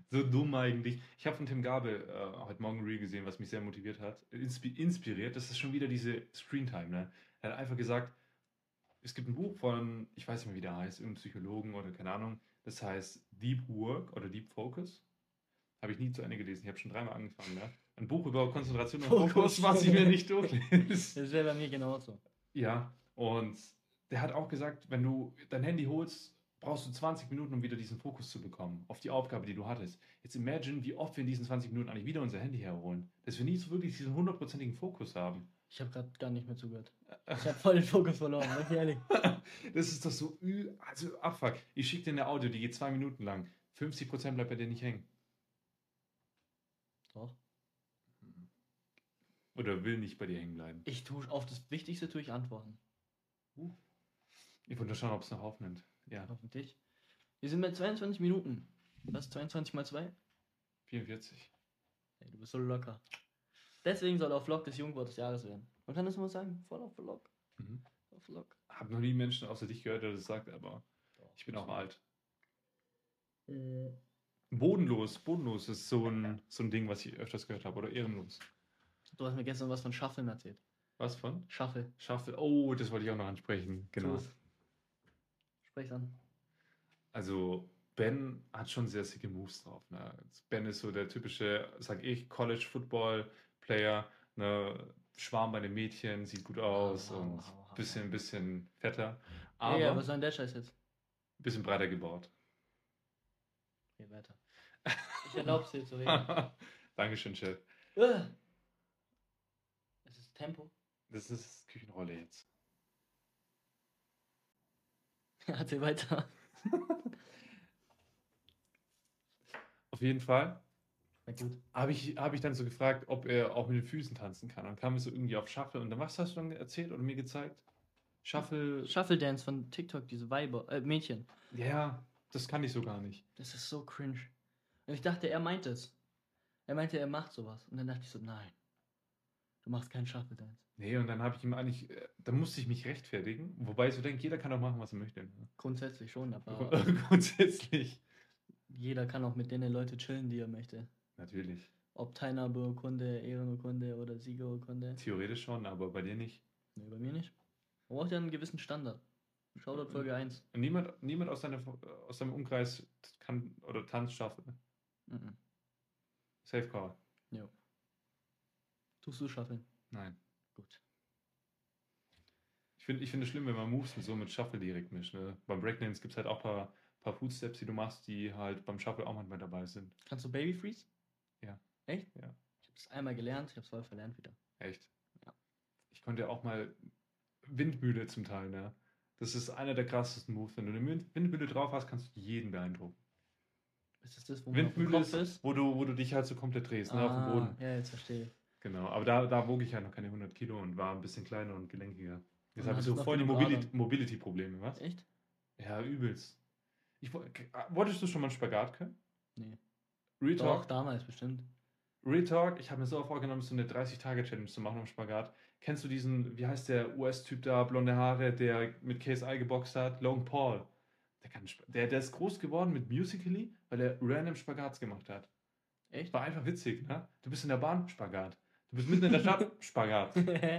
So dumm eigentlich. Ich habe von Tim Gabel äh, heute Morgen ein Reel gesehen, was mich sehr motiviert hat. Inspi inspiriert. Das ist schon wieder diese Screentime. Ne? Er hat einfach gesagt, es gibt ein Buch von, ich weiß nicht mehr, wie der heißt, irgendeinem Psychologen oder keine Ahnung. Das heißt Deep Work oder Deep Focus. Habe ich nie zu Ende gelesen. Ich habe schon dreimal angefangen. Ne? Ein Buch über Konzentration und
Fokus.
Fokus, was ich mir nicht durchlese.
Das wäre bei mir genauso.
Ja, und der hat auch gesagt, wenn du dein Handy holst, brauchst du 20 Minuten, um wieder diesen Fokus zu bekommen auf die Aufgabe, die du hattest. Jetzt imagine, wie oft wir in diesen 20 Minuten eigentlich wieder unser Handy herholen. Dass wir nie so wirklich diesen hundertprozentigen Fokus haben.
Ich habe gerade gar nicht mehr zugehört. Ich habe voll den Fokus verloren, bin ich ehrlich.
Das ist doch so ü... Also, abfuck. Ich schicke dir eine Audio, die geht zwei Minuten lang. 50% bleibt bei dir nicht hängen.
Doch.
Oder will nicht bei dir hängen bleiben.
Ich tue auf das Wichtigste tue ich antworten.
Ich wollte nur schauen, ob es noch aufnimmt. Ja,
Hoffentlich. Wir sind bei 22 Minuten. Was? 22 mal 2?
44.
Ey, du bist so locker. Deswegen soll auf Vlog das Jugendwort des Jahres werden. Man kann das immer sagen. Voll auf Vlog.
Mhm.
Auf Vlog.
Hab noch nie einen Menschen außer dich gehört, der das sagt, aber ich bin auch alt.
Äh,
Bodenlos, bodenlos ist so ein, so ein Ding, was ich öfters gehört habe. Oder ehrenlos.
Du hast mir gestern was von Schaffeln erzählt.
Was von?
Schaffel.
Schaffel. Oh, das wollte ich auch noch ansprechen. Genau.
Tu's. Sprech's an.
Also Ben hat schon sehr sicke Moves drauf. Ne? Ben ist so der typische, sag ich, College Football Player, ne? Schwarm bei den Mädchen, sieht gut aus
Au, au,
und
au, au,
bisschen, bisschen fetter, aber
Aber ja, was soll denn der Scheiß jetzt?
bisschen breiter gebaut.
Geh weiter. Ich erlaub's dir zu
Ah.
reden.
Dankeschön, Chef.
Ugh. es ist Tempo.
Das ist Küchenrolle jetzt.
Erzähl weiter.
Auf jeden Fall
Na gut.
habe ich, hab ich dann so gefragt, ob er auch mit den Füßen tanzen kann. Und kam es so irgendwie auf Shuffle. Und dann, was hast du dann erzählt oder mir gezeigt? Shuffle,
Shuffle Dance von TikTok, diese Weiber, äh, Mädchen.
ja, ja, das kann ich so gar nicht.
Das ist so cringe. Und ich dachte, er meint es. Er meinte, er macht sowas. Und dann dachte ich so, nein. Du machst keinen Shuffle Dance.
Nee, und dann habe ich ihm eigentlich, äh, da musste ich mich rechtfertigen, wobei ich so denke, jeder kann doch machen, was er möchte. ne?
Grundsätzlich schon, aber
Grund- Grundsätzlich.
jeder kann auch mit denen Leute chillen, die er möchte.
Natürlich.
Ob Teilnahmeurkunde, Ehrenurkunde oder Siegerurkunde.
Theoretisch schon, aber bei dir nicht.
Nee, bei mir nicht. Man braucht ja einen gewissen Standard. Shoutout Folge 1.
Und niemand, niemand aus, deiner, aus deinem Umkreis kann oder tanzt schaffen.
Mhm.
Safe Call.
Jo. Tust du Shuffle?
Nein.
Gut.
Ich finde ich find es schlimm, wenn man Moves und so mit Shuffle direkt mischt. Ne? Beim Breakdance gibt es halt auch ein paar, paar Footsteps, die du machst, die halt beim Shuffle auch manchmal dabei sind.
Kannst du Baby Freeze?
Ja.
Echt?
Ja.
Ich hab's einmal gelernt, ich hab's voll verlernt wieder.
Echt?
Ja.
Ich konnte ja auch mal Windmühle zum Teil, ne? Das ist einer der krassesten Moves. Wenn du eine Wind- Windmühle drauf hast, kannst du jeden beeindrucken.
Ist das das, wo
Windmühle
man auf
ist,
dem Kopf ist?
Wo, du, wo du dich halt so komplett drehst, ne, auf dem
Ah,
Boden.
Ja, jetzt verstehe ich.
Genau, aber da, da wog ich halt noch keine 100 Kilo und war ein bisschen kleiner und
Und
gelenkiger. Jetzt habe ich
hattest
so
noch
voll die
genug
Mobili-
Adern.
Mobility-Probleme, was?
Echt?
Ja, übelst. Ich, woll- k- ah, wolltest du schon mal einen Spagat können?
Nee.
Real
Doch,
Talk,
damals bestimmt.
Real Talk, ich habe mir so vorgenommen, so eine 30-Tage-Challenge zu machen am Spagat. Kennst du diesen, wie heißt der US-Typ da, blonde Haare, der mit KSI geboxt hat? Logan Paul. Der, kann, Sp- der, der ist groß geworden mit Musically, weil er random Spagats gemacht hat.
Echt?
War einfach witzig, ne? Du bist in der Bahn, Spagat. Du bist mitten in der Stadt, Spagat.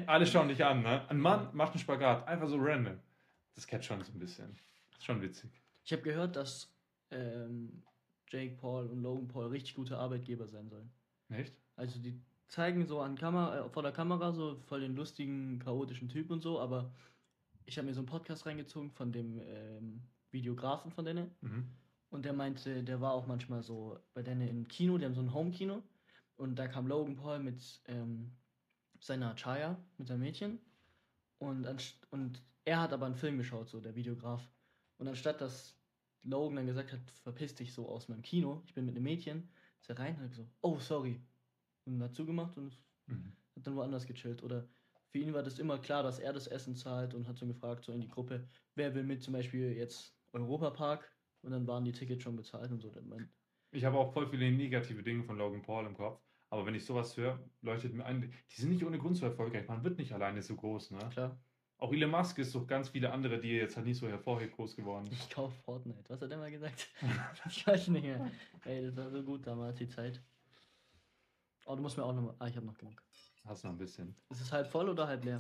Alle schauen dich an, ne? Ein Mann macht einen Spagat, einfach so random. Das catcht schon so ein bisschen. Ist schon witzig.
ich habe gehört, dass ähm, Jake Paul und Logan Paul richtig gute Arbeitgeber sein sollen.
Nicht?
Also die zeigen so an Kamera, äh, vor der Kamera so voll den lustigen, chaotischen Typ und so, aber ich habe mir so einen Podcast reingezogen von dem ähm, Videografen von denen
Mhm.
und der meinte, der war auch manchmal so bei denen im Kino, die haben so ein Home-Kino und da kam Logan Paul mit ähm, seiner Chaya, mit seinem Mädchen und, anst- und er hat aber einen Film geschaut, so der Videograf und anstatt dass Logan dann gesagt hat, verpiss dich so aus meinem Kino, ich bin mit einem Mädchen, ist er rein und hat so, oh sorry und hat zugemacht und
Mhm.
hat dann woanders gechillt. Oder für ihn war das immer klar, dass er das Essen zahlt und hat so gefragt, so in die Gruppe, wer will mit zum Beispiel jetzt Europapark? Und dann waren die Tickets schon bezahlt und so. Dann mein,
Ich habe auch voll viele negative Dinge von Logan Paul im Kopf. Aber wenn ich sowas höre, leuchtet mir ein, die sind nicht ohne Grund so erfolgreich. Man wird nicht alleine so groß, ne?
klar,
Auch Elon Musk ist doch ganz viele andere, die jetzt halt nicht so hervorhebend groß geworden
ich kaufe Fortnite. Was hat er mal gesagt? ich weiß nicht mehr. Ey, das war so gut damals, die Zeit. Oh, du musst mir auch nochmal. Ah, ich habe noch genug.
Hast noch ein bisschen.
Ist es halb voll oder halb leer?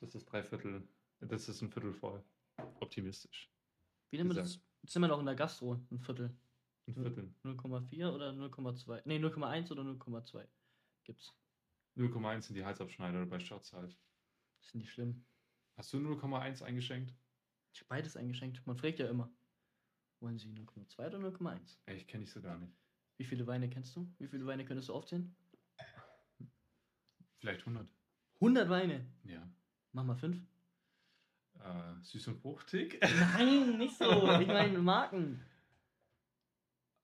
Das ist drei Viertel. Das ist ein Viertel voll. Optimistisch.
Wie nennen wir das?
Gesagt.
Jetzt sind wir noch in der Gastro, ein Viertel.
Ein
Mhm.
Viertel.
0,4 oder 0,2? Nee, 0,1 oder 0,2 gibt's.
0,1 sind die Halsabschneider bei Shots halt.
Ist nicht schlimm.
Hast du 0,1 eingeschenkt?
Ich habe beides eingeschenkt. Man fragt ja immer. Wollen Sie 0,2 oder 0,1?
Ey, Ich kenne dich so gar nicht.
Wie viele Weine kennst du? Wie viele Weine könntest du aufzählen?
Vielleicht 100.
100 Weine.
Ja.
Mach mal 5.
Äh, süß und fruchtig.
Nein, nicht so. Ich meine Marken.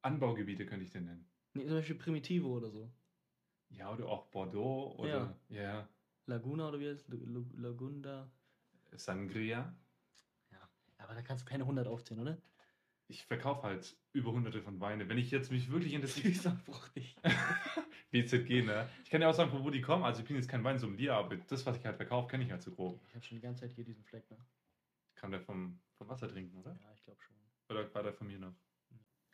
Anbaugebiete könnte ich dir nennen.
Nee, zum Beispiel Primitivo oder so.
Ja, oder auch Bordeaux oder ja.
Laguna oder wie heißt L L Lagunda.
Sangria.
Aber da kannst du keine 100 aufzählen, oder?
Ich verkaufe halt über hunderte von Weine. Wenn ich jetzt mich wirklich interessiere,
Süß und fruchtig.
BZG, ne? Ich kann ja auch sagen, von wo die kommen. Also ich bin jetzt kein Weinsommelier, aber das, was ich halt verkaufe, kenne ich halt so grob.
Ich habe schon die ganze Zeit hier diesen Fleck, ne?
Kann der vom, vom Wasser trinken, oder?
Ja, ich glaube schon.
Oder war der von mir noch?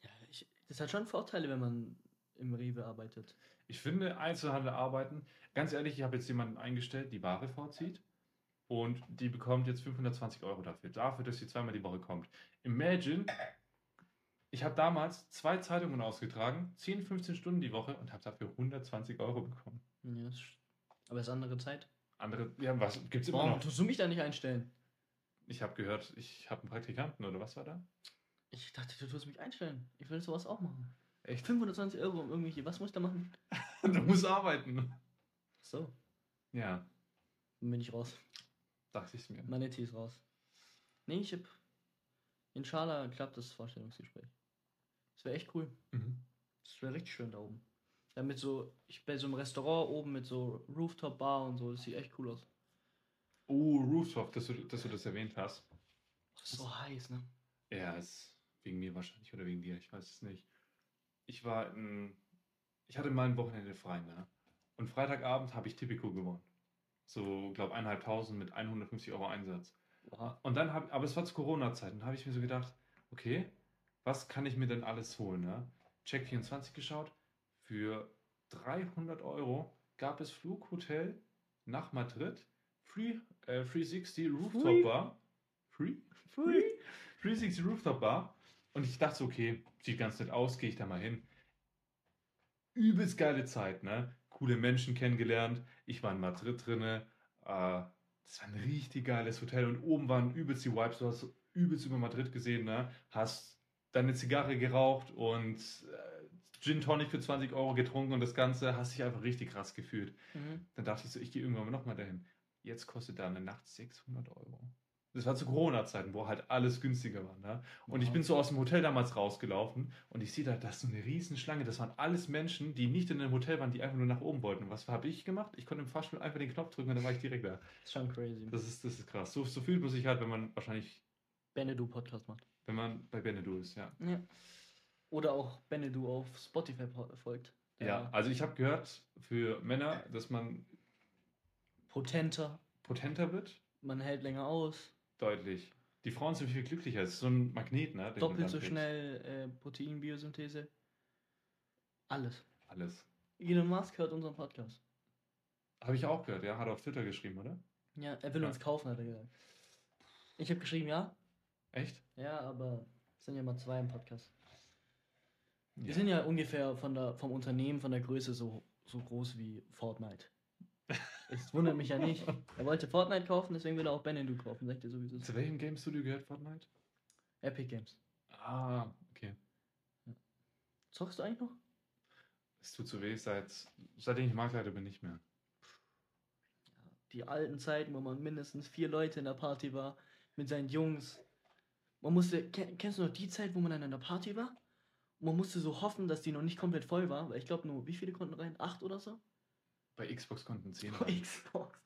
Ja, ich, das hat schon Vorteile, wenn man im Rewe arbeitet.
Ich finde, Einzelhandel arbeiten, ganz ehrlich, ich habe jetzt jemanden eingestellt, die Ware vorzieht und die bekommt jetzt 520 Euro dafür, dafür, dass sie zweimal die Woche kommt. Imagine, ich habe damals zwei Zeitungen ausgetragen, 10, 15 Stunden die Woche und habe dafür 120 Euro bekommen.
Ja, ist sch- aber es ist andere Zeit.
Andere, ja, was gibt es immer
Warum
noch?
tust du mich da nicht einstellen?
Ich habe gehört, ich habe einen Praktikanten oder was war da?
Ich dachte, du tust mich einstellen. Ich will sowas auch machen.
Echt?
520 Euro um irgendwelche. Was muss ich da machen?
Du musst arbeiten.
So,
Ja,
dann bin ich raus.
dachte ich mir.
Manetti ist raus. Nee, ich hab. Inshallah klappt das Vorstellungsgespräch. Das wäre echt cool.
Mhm.
Das wäre richtig schön da oben. Ja, mit so, ich bei so einem Restaurant oben mit so Rooftop-Bar und so, das sieht echt cool aus.
Oh, Rooftop, dass du, dass du das erwähnt hast.
So heiß, ne?
Ja, ist wegen mir wahrscheinlich oder wegen dir, ich weiß es nicht. Ich war in, ich hatte mal ein Wochenende frei, ne? Und Freitagabend habe ich Tipico gewonnen. So, glaube eineinhalbtausend mit 150 Euro Einsatz.
Oha.
Und dann habe, aber es war zu Corona-Zeiten, habe ich mir so gedacht, okay, was kann ich mir denn alles holen, ne? Check 24 geschaut, für 300 Euro gab es Flug, Hotel nach Madrid, Free, äh, 360 Rooftop Bar. Free?
Pfui.
360 Rooftop Bar. Und ich dachte, so, okay, sieht ganz nett aus, gehe ich da mal hin. Übelst geile Zeit, ne? Coole Menschen kennengelernt. Ich war in Madrid drinne. Äh, das war ein richtig geiles Hotel. Und oben waren übelst die Vibes. Du hast übelst über Madrid gesehen, ne? Hast deine Zigarre geraucht und äh, Gin Tonic für 20 Euro getrunken und das Ganze. Hast dich einfach richtig krass gefühlt.
Mhm.
Dann dachte ich so, ich gehe irgendwann mal nochmal dahin. Jetzt kostet da eine Nacht 600 Euro. Das war zu Corona-Zeiten, wo halt alles günstiger war. Ne? Und ich bin so aus dem Hotel damals rausgelaufen und ich sehe da, das ist so eine Riesenschlange. Das waren alles Menschen, die nicht in einem Hotel waren, die einfach nur nach oben wollten. Und was habe ich gemacht? Ich konnte im Fahrstuhl einfach den Knopf drücken und dann war ich direkt da.
Ist schon crazy.
Das ist, das ist krass. So, so fühlt man sich halt, wenn man wahrscheinlich,
Benedu Podcast macht.
wenn man bei Benedu ist, ja.
Ja. Oder auch Benedu auf Spotify po- folgt.
Ja,
Der
also ich habe gehört für Männer, dass man
Potenter.
potenter wird.
Man hält länger aus.
Deutlich. Die Frauen sind viel glücklicher. Es ist so ein Magnet, ne? den du
doppelt
dann
so
kriegst.
schnell äh, Proteinbiosynthese. Alles.
Alles.
Elon Musk hört unseren Podcast.
Habe ich auch gehört, ja. Hat er auf Twitter geschrieben, oder?
Ja, er will
Ja.
uns kaufen, hat er gesagt. Ich habe geschrieben, ja.
Echt?
Ja, aber es sind ja mal zwei im Podcast. Wir
Ja.
sind ja ungefähr von der, vom Unternehmen, von der Größe so, so groß wie Fortnite. Es wundert mich ja nicht. Er wollte Fortnite kaufen, deswegen will er auch Ben kaufen, sagt er sowieso.
Zu welchem Game Studio gehört Fortnite?
Epic Games.
Ah, okay.
Zockst du eigentlich noch?
Es tut so weh, seit, seitdem ich Marktleiter bin, nicht mehr.
Die alten Zeiten, wo man mindestens vier Leute in der Party war, mit seinen Jungs. Man musste, ke- kennst du noch die Zeit, wo man dann in der Party war? Und man musste so hoffen, dass die noch nicht komplett voll war, weil ich glaube nur, wie viele konnten rein? Acht oder so?
Bei Xbox konnten 10
Auf
rein.
Xbox.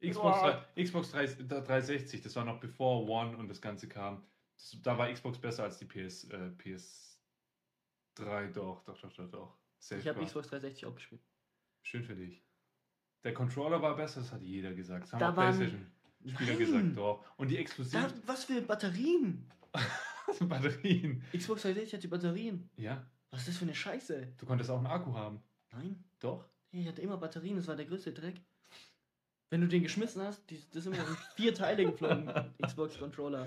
Xbox,
Wow.
3, Xbox 3, 360, das war noch bevor One und das Ganze kam. Das, da war Xbox besser als die PS, äh, PS3, doch, doch, doch, doch, doch. Safe
Ich habe
war.
Xbox 360 auch gespielt.
Schön für dich. Der Controller war besser, das hat jeder gesagt. Das haben
Da
auch
waren-
PlayStation-Spieler
Nein!
gesagt, doch. Und die
Da,
explosiven
was für Batterien!
Batterien.
Xbox 360 hat die Batterien.
Ja,
Was ist das für eine Scheiße? ey?
du konntest auch einen Akku haben.
Nein.
Doch.
Hey, Ich hatte immer Batterien, das war der größte Dreck. Wenn du den geschmissen hast, die, das sind immer so vier Teile geflogen. Xbox Controller.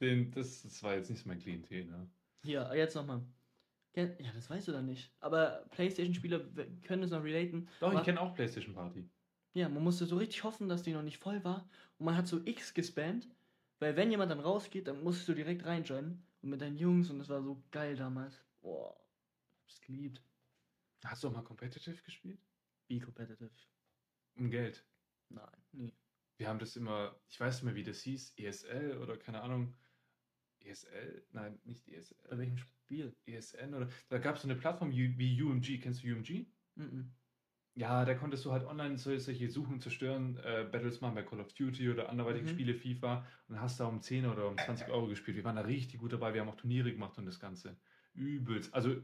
Den, das, das war jetzt nicht so mein Klientel, ne?
Hier, jetzt nochmal. Ja, das weißt du dann nicht. Aber Playstation-Spieler w- können es noch relaten.
Doch, ich
Was?
kenne auch PlayStation Party.
Ja, man musste so richtig hoffen, dass die noch nicht voll war. Und man hat so X gespammt. Weil wenn jemand dann rausgeht, dann musstest du direkt reinjoinen. Und mit deinen Jungs und das war so geil damals. Boah, hab's geliebt.
Hast du auch mal competitive gespielt?
Wie competitive.
Um Geld.
Nein, nee.
Wir haben das immer, ich weiß nicht mehr, wie das hieß, ESL oder keine Ahnung. ESL? Nein, nicht E ESL.
Bei welchem Spiel?
ESN E oder da gab es so eine Plattform U- wie UMG. Kennst du UMG?
Mhm.
Ja, da konntest du halt online so- solche Suchen, Zerstören, äh, Battles machen bei Call of Duty oder anderweitige
Mhm.
Spiele, FIFA und hast da um 10 oder um 20 Euro gespielt. Wir waren da richtig gut dabei, wir haben auch Turniere gemacht und das Ganze. Übelst. Also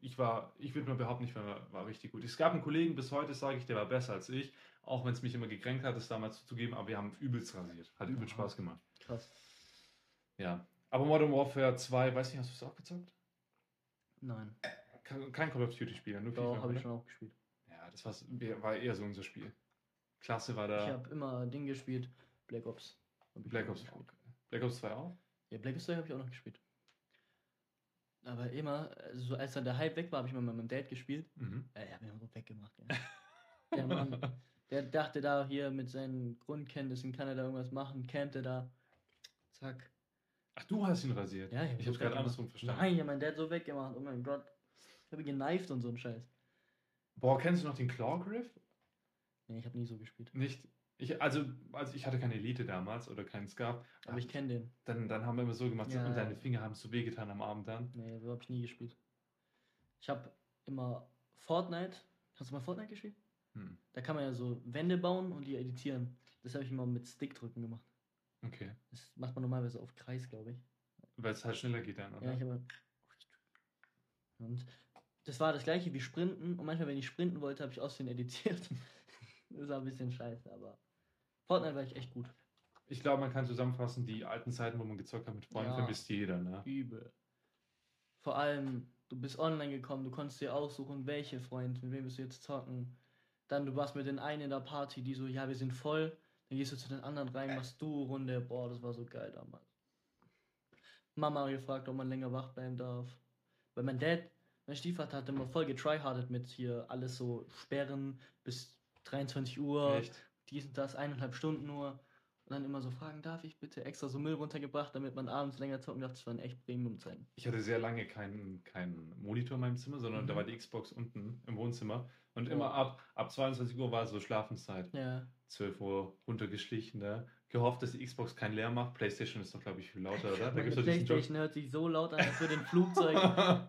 ich war, ich würde mal behaupten, ich war, war richtig gut. Es gab einen Kollegen bis heute, sage ich, der war besser als ich, auch wenn es mich immer gekränkt hat, es damals zuzugeben, aber wir haben übelst rasiert. Hat übelst
Aha.
Spaß gemacht.
Krass.
Ja. Aber Modern Warfare 2, weiß nicht, hast du es auch gezockt?
Nein.
Kein kein Call of Duty Spiel, nur
Doch, habe
oder?
ich schon auch gespielt.
Ja, das war's- wir- war eher so unser Spiel. Klasse war da.
Ich habe immer Ding gespielt, Black Ops. Hab ich
Black
immer
Ops,
gespielt.
Black Ops 2 auch?
Ja, Black Ops 2 habe ich auch noch gespielt. Aber immer, also so als dann der Hype weg war, habe ich mal mit meinem Dad gespielt.
Mhm.
Äh, ich habe ihn so weggemacht, ja. Der Mann, der dachte da hier mit seinen Grundkenntnissen kann er da irgendwas machen, campte da. Zack.
Ach, du hast ihn rasiert.
Ja, ich hab
ich
so
hab's gerade
weggemacht.
andersrum verstanden.
Nein, ich habe meinen Dad so weggemacht. Oh mein Gott. Ich habe ihn geneift und so einen Scheiß.
Boah, kennst du noch den Claw Griff?
Nee, ich habe nie so gespielt.
Nicht. Ich, also, also, ich hatte keine Elite damals oder keinen Scarf.
Aber ich kenne den.
Dann, dann haben wir immer so gemacht
Ja.
und deine Finger haben so wehgetan am Abend dann.
Nee, so habe ich nie gespielt. Ich habe immer Fortnite. Hast du mal Fortnite gespielt?
Hm.
Da kann man ja so Wände bauen und die editieren. Das habe ich immer mit Stickdrücken gemacht.
Okay.
Das macht man normalerweise auf Kreis, glaube ich.
Weil es halt schneller geht dann, oder?
Ja, ich habe. Und das war das gleiche wie Sprinten. Und manchmal, wenn ich sprinten wollte, habe ich aussehen editiert. das war ein bisschen scheiße, aber Fortnite war ich echt gut.
Ich glaube, man kann zusammenfassen, die alten Zeiten, wo man gezockt hat mit Freunden,
Ja.
vermisst jeder, ne?
Übel. Vor allem, du bist online gekommen, du konntest dir aussuchen, welche Freund, mit wem willst du jetzt zocken. Dann du warst mit den einen in der Party, die so, ja, wir sind voll. Dann gehst du zu den anderen rein, machst du Runde. Boah, das war so geil damals. Mama gefragt, ob man länger wach bleiben darf. Weil mein Dad, mein Stiefvater hat immer voll getryhardet mit hier alles so Sperren bis 23 Uhr
Echt?
dies und das, eineinhalb Stunden nur. Und dann immer so fragen, darf ich bitte extra so Müll runtergebracht, damit man abends länger zocken darf. Das waren echt Premium-Zeiten.
Ich hatte sehr lange keinen keinen Monitor in meinem Zimmer, sondern da
Mhm.
war die Xbox unten im Wohnzimmer. Und
Ja.
immer ab, ab 22 Uhr war so Schlafenszeit.
Ja.
12 Uhr runtergeschlichen, ne? Gehofft, dass die Xbox keinen Lärm macht. PlayStation ist doch, glaube ich, viel lauter, oder? Da
Meine
gibt's doch diesen Joke.
Playstation hört sich so laut an, als würde ein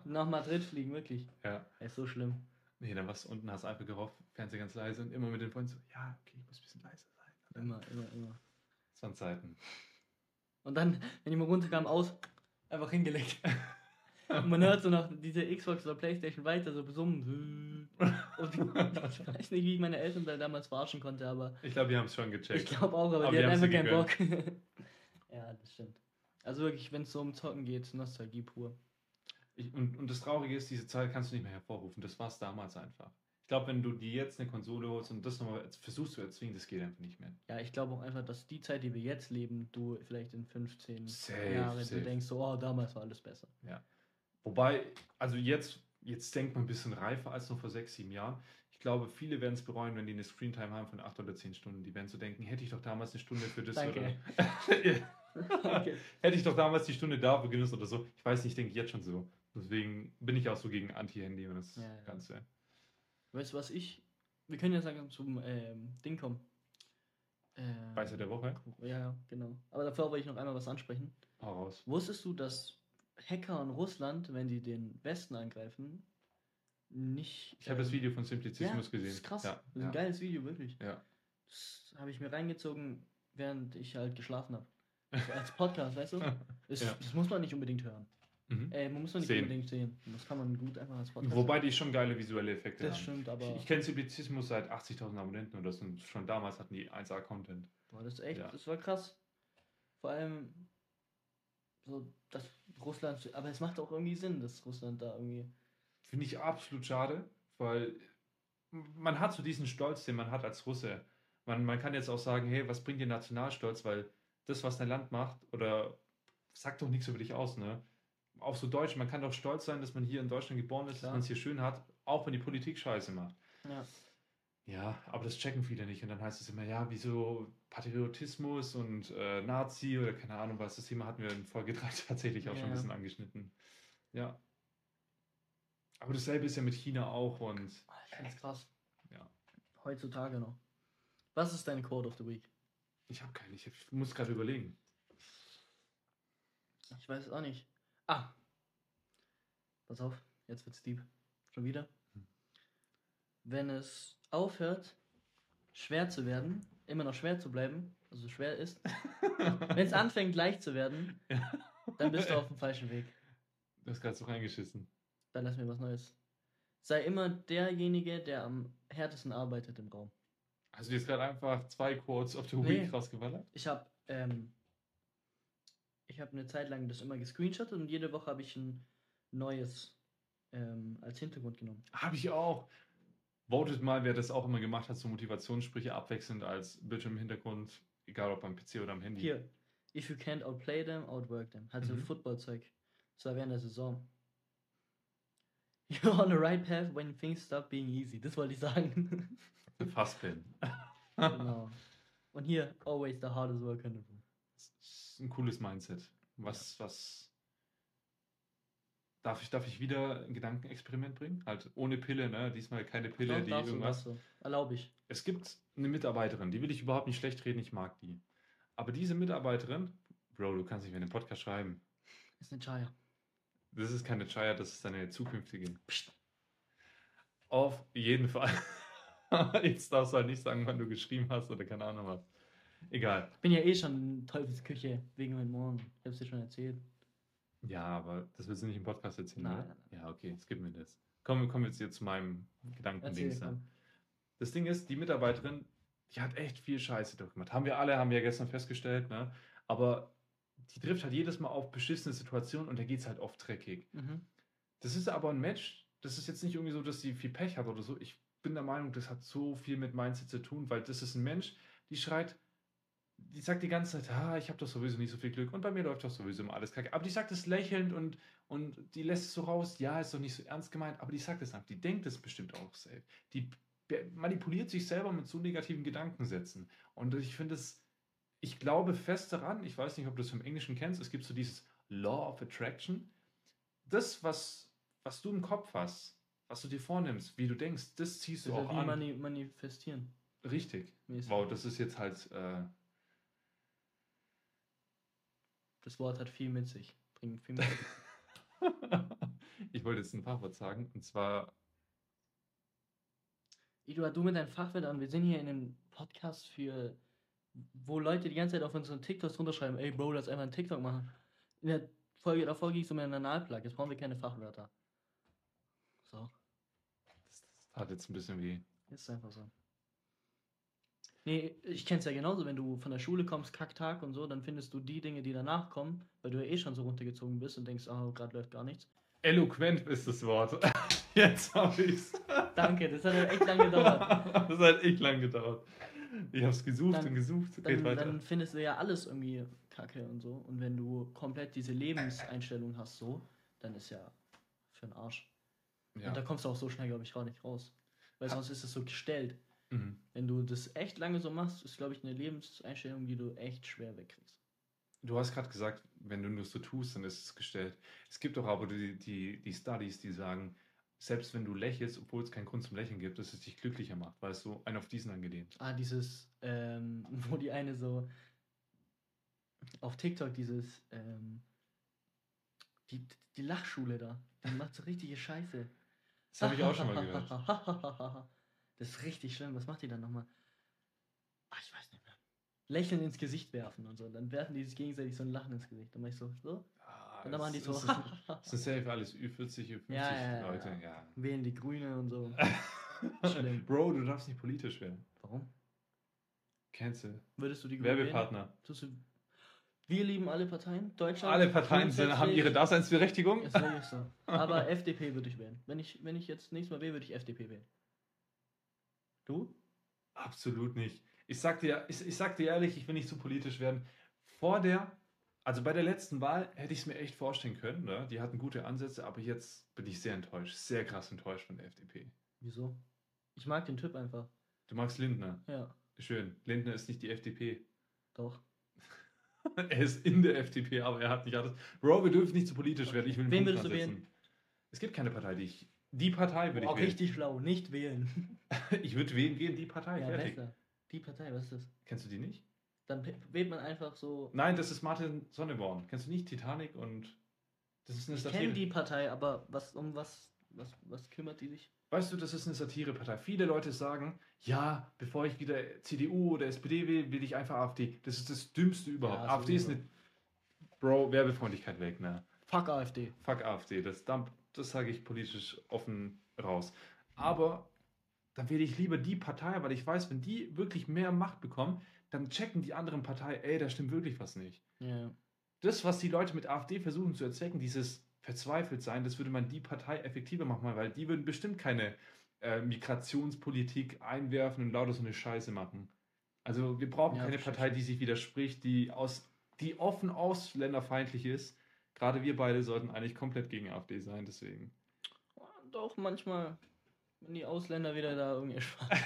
Flugzeug nach Madrid fliegen, wirklich.
ja.
Er ist so schlimm.
Nee, dann warst du unten, hast einfach gehofft, Fernseher ganz leise und immer mit den Freunden so, ja, okay, ich muss ein bisschen leiser sein. Und dann-
Immer, immer, immer.
Das waren Zeiten.
Und dann, wenn ich mal runterkam, aus, einfach hingelegt. Und man hört so noch diese Xbox oder Playstation weiter so besummen. Und ich weiß nicht, wie ich meine Eltern da damals verarschen konnte, aber
Ich glaube, wir haben es schon
Ich
gecheckt.
glaube auch, aber,
Aber
die
wir
hat einfach keinen
haben's
Bock. ja, das stimmt. Also wirklich, wenn es so um Zocken geht, Nostalgie pur.
Ich, und, und das Traurige ist, diese Zahl kannst du nicht mehr hervorrufen. Das war es damals einfach. Ich glaube, wenn du dir jetzt eine Konsole holst und das nochmal versuchst zu erzwingen, das geht einfach nicht mehr.
Ja, ich glaube auch einfach, dass die Zeit, die wir jetzt leben, du vielleicht in 15
Safe,
Jahren
safe.
du denkst, so, oh, damals war alles besser.
Wobei, also jetzt, jetzt denkt man ein bisschen reifer als noch vor sechs, sieben Jahren. Ich glaube, viele werden es bereuen, wenn die eine Screentime haben von acht oder zehn Stunden. Die werden so denken, hätte ich doch damals eine Stunde für das
Danke.
oder
okay.
hätte ich doch damals die Stunde dafür genutzt oder so. Ich weiß nicht, ich denke jetzt schon so. Deswegen bin ich auch so gegen Anti-Handy und das
Ja, ja.
Ganze.
Weißt du, was ich. Wir können ja sagen, zum ähm, Ding kommen. Ähm,
Weisheit der Woche,
Ja, ja, genau. Aber davor wollte ich noch einmal was ansprechen.
hau raus.
Wusstest du, dass Hacker in Russland, wenn sie den Westen angreifen, nicht.
Ich habe das
ähm,
Video von Simplizismus gesehen.
Das ist krass.
Ja,
das ist
ja.
ein geiles Video, wirklich.
Ja.
Das habe ich mir reingezogen, während ich halt geschlafen habe. Also als Podcast, weißt du? Das,
Ja.
das muss man nicht unbedingt hören.
Mhm.
Äh, man muss man nicht
Sehen.
unbedingt sehen. Das kann man gut einfach als Podcast
Wobei
hören.
die schon geile visuelle Effekte
Das
haben.
stimmt,
Ich,
aber.
ich kenne Simplizismus seit 80.000 Abonnenten oder so. und Schon damals hatten die 1A-Content.
boah, das ist echt,
Ja.
das war krass. Vor allem. So, dass Russland. Aber es macht auch irgendwie Sinn, dass Russland da irgendwie.
Finde ich absolut schade, weil man hat so diesen Stolz, den man hat als Russe. Man, man kann jetzt auch sagen, hey, was bringt dir Nationalstolz, weil das, was dein Land macht, oder sagt doch nichts über dich aus, ne? Auch so Deutsch, man kann doch stolz sein, dass man hier in Deutschland geboren ist, dass
Klar.
man es hier schön hat, auch wenn die Politik Scheiße macht.
Ja.
Ja, aber das checken viele nicht. Und dann heißt es immer, ja, wieso Patriotismus und äh, Nazi oder keine Ahnung was. Das Thema hatten wir in Folge 3 tatsächlich auch schon ein
Ja.
bisschen angeschnitten. Ja. Aber dasselbe ist ja mit China auch und
Ah, Ich find's krass.
Ja.
Heutzutage noch. Was ist deine Quote of the Week?
ich habe keine, ich hab- muss gerade überlegen.
Ich weiß es auch nicht. Ah. Pass auf, jetzt wird's deep. Schon wieder.
Hm.
Wenn es aufhört, schwer zu werden, immer noch schwer zu bleiben, also schwer ist, wenn es anfängt leicht zu werden, dann bist du auf dem falschen Weg.
Du hast gerade so reingeschissen.
Dann lass mir was Neues. Sei immer derjenige, der am härtesten arbeitet im Raum.
Hast du dir jetzt gerade einfach zwei Quotes of the
Nee.
Week rausgeballert?
Ich habe ähm, ich habe eine Zeit lang das immer gescreenshottet und jede Woche habe ich ein neues ähm, als Hintergrund genommen.
Habe ich auch. Votet mal, wer das auch immer gemacht hat, so Motivationssprüche abwechselnd als Bildschirm im Hintergrund, egal ob am PC oder am Handy.
Hier, if you can't outplay them, outwork them. Halt so
Hm. Mhm.
Footballzeug. Das war während der Saison. You're on the right path when things stop being easy. Das wollte ich sagen.
Fast bin.
genau. Und hier, always the hardest work in the room.
Das ist ein cooles Mindset. Was, was. Darf ich, darf ich wieder ein Gedankenexperiment bringen? Halt ohne Pille, ne? Diesmal keine Pille,
Darf-
die
Genau, darfst du,
irgendwas.
darfst du. Erlaub ich.
Es gibt eine Mitarbeiterin, die will ich überhaupt nicht schlecht reden, ich mag die. Aber diese Mitarbeiterin, Bro, du kannst nicht mehr in den Podcast schreiben.
Ist eine Chaya.
Das ist keine Chaya, das ist deine zukünftige.
Psst.
Auf jeden Fall. Jetzt darfst du halt nicht sagen, wann du geschrieben hast oder keine Ahnung was. Egal.
Bin ja eh schon in Teufelsküche wegen meinem Morgen. Ich hab's dir schon erzählt.
Ja, aber das willst du nicht im Podcast erzählen,
Nein,
oder?
nein,
Ja, okay, skip mir das. Kommen kommen wir jetzt hier zu meinem
Erzähl,
Gedankendings. Ne?
komm.
Das Ding ist, die Mitarbeiterin, die hat echt viel Scheiße durchgemacht. Haben wir alle, haben wir ja gestern festgestellt, ne? Aber die trifft halt jedes Mal auf beschissene Situationen und da geht's halt oft dreckig.
Mhm.
Das ist aber ein Match, das ist jetzt nicht irgendwie so, dass sie viel Pech hat oder so. Ich bin der Meinung, das hat so viel mit Mindset zu tun, weil das ist ein Mensch, die schreit, die sagt die ganze Zeit, ah, ich habe doch sowieso nicht so viel Glück und bei mir läuft doch sowieso immer alles kacke. Aber die sagt es lächelnd und, und die lässt es so raus, ja, ist doch nicht so ernst gemeint, aber die sagt es einfach, die denkt es bestimmt auch selbst. Die be- manipuliert sich selber mit so negativen Gedankensätzen. Und ich finde es, ich glaube fest daran, ich weiß nicht, ob du es im Englischen kennst, es gibt so dieses Law of Attraction. Das, was, was du im Kopf hast, was du dir vornimmst, wie du denkst, das ziehst
Das
du
ist ja
auch
wie
an.
mani manifestieren.
Richtig.
mäßig.
Wow, das ist jetzt halt. Äh,
Das Wort hat viel mit sich. Bringt viel mit sich.
ich wollte jetzt ein Fachwort sagen, und zwar
Eduard, du mit deinen Fachwörtern, wir sind hier in einem Podcast für, wo Leute die ganze Zeit auf unseren TikToks runterschreiben, ey Bro, lass einfach einen TikTok machen. In der Folge davor ging es um einen Analplug, jetzt brauchen wir keine Fachwörter. So,
das, das tat jetzt ein bisschen weh.
ist einfach so. Nee, ich kenn's ja genauso, wenn du von der Schule kommst, Kacktag und so, dann findest du die Dinge, die danach kommen, weil du ja eh schon so runtergezogen bist und denkst, ah, gerade läuft gar nichts.
Eloquent ist das Wort. Jetzt habe ich's.
Danke, das hat ja echt lange gedauert.
Das hat echt lang gedauert. Ich habe es gesucht
Dann-
und gesucht. Geht
dann,
weiter.
dann findest du ja alles irgendwie kacke und so. Und wenn du komplett diese Lebenseinstellung hast, so, dann ist ja für den Arsch.
ja.
Und da kommst du auch so schnell, glaube ich, gar nicht raus. Weil
Ha-
sonst ist es so gestellt.
mhm.
Wenn du das echt lange so machst, ist, glaube ich, eine Lebenseinstellung, die du echt schwer wegkriegst.
Du hast gerade gesagt, wenn du nur so tust, dann ist es gestellt. Es gibt doch aber die, die, die Studies, die sagen, selbst wenn du lächelst, obwohl es keinen Grund zum Lächeln gibt, dass es dich glücklicher macht, weißt du, ein auf diesen angelehnt.
Ah, dieses, ähm, wo die eine so auf TikTok dieses, ähm, die, die Lachschule da, die macht so richtige Scheiße.
Das habe ich auch schon mal gehört.
Das ist richtig schlimm. Was macht die dann nochmal? Ach, ich weiß nicht mehr. Lächeln ins Gesicht werfen und so. Dann werfen die sich gegenseitig so ein Lachen ins Gesicht. Dann mach ich so, so.
Ah,
Und dann machen die
das-
so,
Das ist, das ist safe alles Ü40, Ü50
Ja, ja, ja,
Leute, ja.
wählen die Grüne und so. Schlimm.
Bro, du darfst nicht politisch werden.
Warum?
Cancel.
Würdest du die Grünen wählen?
Werbepartner.
Tust du, wir lieben alle Parteien. Deutschland.
Alle Parteien sind, haben ihre
grundsätzlich-
Daseinsberechtigung.
Ist wirklich so. Aber FDP würde ich wählen. Wenn ich, wenn ich jetzt nächstes Mal wähle, würde ich FDP wählen. Du?
Absolut nicht. Ich sag dir, ich, ich sag dir ehrlich, ich will nicht zu politisch werden. Vor der, also bei der letzten Wahl hätte ich es mir echt vorstellen können. Ne? Die hatten gute Ansätze, aber jetzt bin ich sehr enttäuscht. Sehr krass enttäuscht von der FDP.
Wieso? Ich mag den Typ einfach.
Du magst Lindner.
Ja,
Schön. Lindner ist nicht die FDP.
doch.
Er ist in der FDP, aber er hat nicht alles. Bro, wir dürfen nicht zu politisch werden. Ich will einen
Wen
Punkt
würdest du
dran setzen. Es gibt keine Partei, die ich. Die Partei würde
Auch
ich
richtig schlau, nicht wählen.
wählen. Ich würde wählen gehen, die Partei.
ja,
fertig.
besser. Die Partei, was ist das?
Kennst du die nicht?
Dann pe- wählt man einfach so.
Nein, das ist Martin Sonneborn. Kennst du nicht Titanic und. Das ist eine
Ich
Satire.
kenne die Partei, aber was um was, was, was kümmert die sich?
Weißt du, das ist eine Satirepartei. Viele Leute sagen, ja, bevor ich wieder CDU oder SPD will, will ich einfach AfD. Das ist das Dümmste überhaupt.
Ja,
AfD ist
sowieso.
eine. Bro, Werbefreundlichkeit weg, ne?
Fuck AfD.
Fuck AfD, das, dump- das sage ich politisch offen raus. Aber dann wähle ich lieber die Partei, weil ich weiß, wenn die wirklich mehr Macht bekommen, dann checken die anderen Parteien, ey, da stimmt wirklich was nicht.
Ja.
Das, was die Leute mit AfD versuchen zu erzwecken, dieses verzweifelt sein, das würde man die Partei effektiver machen, weil die würden bestimmt keine äh, Migrationspolitik einwerfen und lauter so eine Scheiße machen. Also wir brauchen
Ja,
keine
verstehe
Partei, die sich widerspricht, die aus, die offen ausländerfeindlich ist. Gerade wir beide sollten eigentlich komplett gegen AfD sein, deswegen.
Ah, Doch, manchmal, wenn die Ausländer wieder da irgendwie schwarz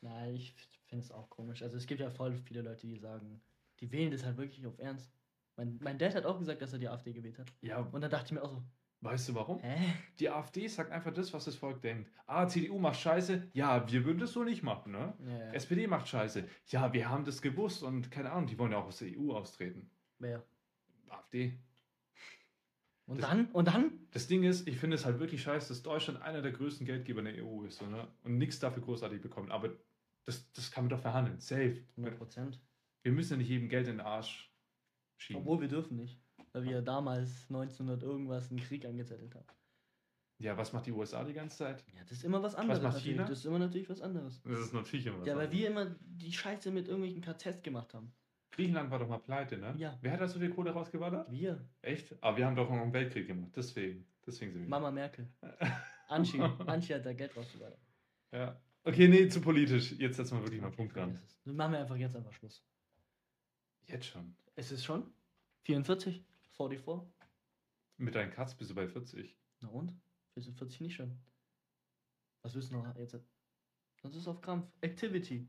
Nein, ich finde es auch komisch. Also es gibt ja voll viele Leute, die sagen, die wählen das halt wirklich auf Ernst. Mein, mein Dad hat auch gesagt, dass er die AfD gewählt hat.
Ja,
Und dann dachte ich mir auch so,
weißt du warum?
hä?
Die AfD sagt einfach das, was das Volk denkt. Ah, CDU macht Scheiße. Ja, wir würden das so nicht machen, ne?
Ja, ja.
SPD macht Scheiße. Ja, wir haben das gewusst und keine Ahnung, die wollen ja auch aus der EU austreten.
Wer?
AfD.
Und
Das-
dann? Und dann?
Das Ding ist, ich finde es halt wirklich scheiße, dass Deutschland einer der größten Geldgeber in der EU ist so, ne? und nichts dafür großartig bekommt. Aber das, das kann man doch verhandeln. Safe.
100 Prozent.
Wir müssen ja nicht jedem Geld in den Arsch schieben.
Obwohl wir dürfen nicht. Weil wir ja damals 1900 irgendwas einen Krieg angezettelt haben.
ja, was macht die USA die ganze Zeit?
Ja, das ist immer was anderes.
macht
natürlich.
China?
Das ist immer natürlich was anderes.
Das ist natürlich immer was
Ja, weil
anderes.
wir immer die Scheiße mit irgendwelchen KZs gemacht haben.
Griechenland war doch mal pleite, ne?
Ja.
Wer hat da so viel Kohle rausgeballert?
Wir.
Echt? Aber wir haben doch noch einen Weltkrieg gemacht. Deswegen. Deswegen sind wir.
Mama Merkel. Anschi. Anschi hat da Geld rausgeballert.
Ja. Okay, nee, zu politisch. Jetzt setzen wir wirklich mal einen Punkt
Das
dran.
ist- Dann machen wir einfach jetzt einfach Schluss.
Jetzt schon.
Es ist schon 44. 44.
Mit deinen Katz bist du bei 40.
Na und? Bist du 40 nicht schon? Was willst du noch jetzt? Sonst ist auf Krampf. Activity.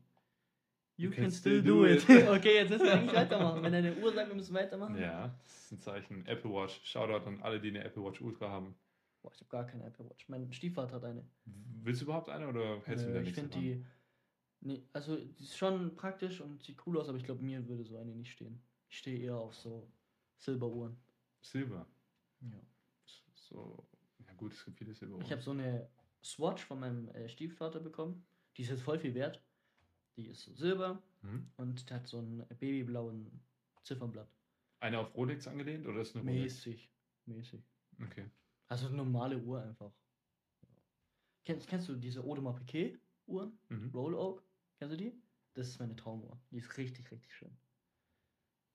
You, can, still, do it. okay, jetzt müssen wir eigentlich weitermachen. Wenn deine Uhr sagt, wir müssen weitermachen.
Ja, das ist ein Zeichen. Apple Watch. Shoutout an alle, die eine Apple Watch Ultra haben.
Boah, ich habe gar keine Apple Watch. Mein Stiefvater hat eine.
Willst du überhaupt eine oder hältst du
Äh,
wieder
ich finde die. Nee, also die ist schon praktisch und sieht cool aus, aber ich glaube, mir würde so eine nicht stehen. Ich stehe eher auf so Silberuhren.
Silber.
Ja.
So. Ja gut, es gibt viele Silber.
Ich habe so eine Swatch von meinem äh, Stiefvater bekommen. Die ist jetzt voll viel wert. Die ist so silber
hm?
und die hat so einen babyblauen Ziffernblatt.
Eine auf Rolex angelehnt oder ist eine Rolex?
Mäßig. Mäßig.
Okay.
Also eine normale Uhr einfach. Kennst, kennst du diese Audemars Piguet Uhren?
Mhm.
Roll Oak, kennst du die? Das ist meine Traumuhr. Die ist richtig, richtig schön.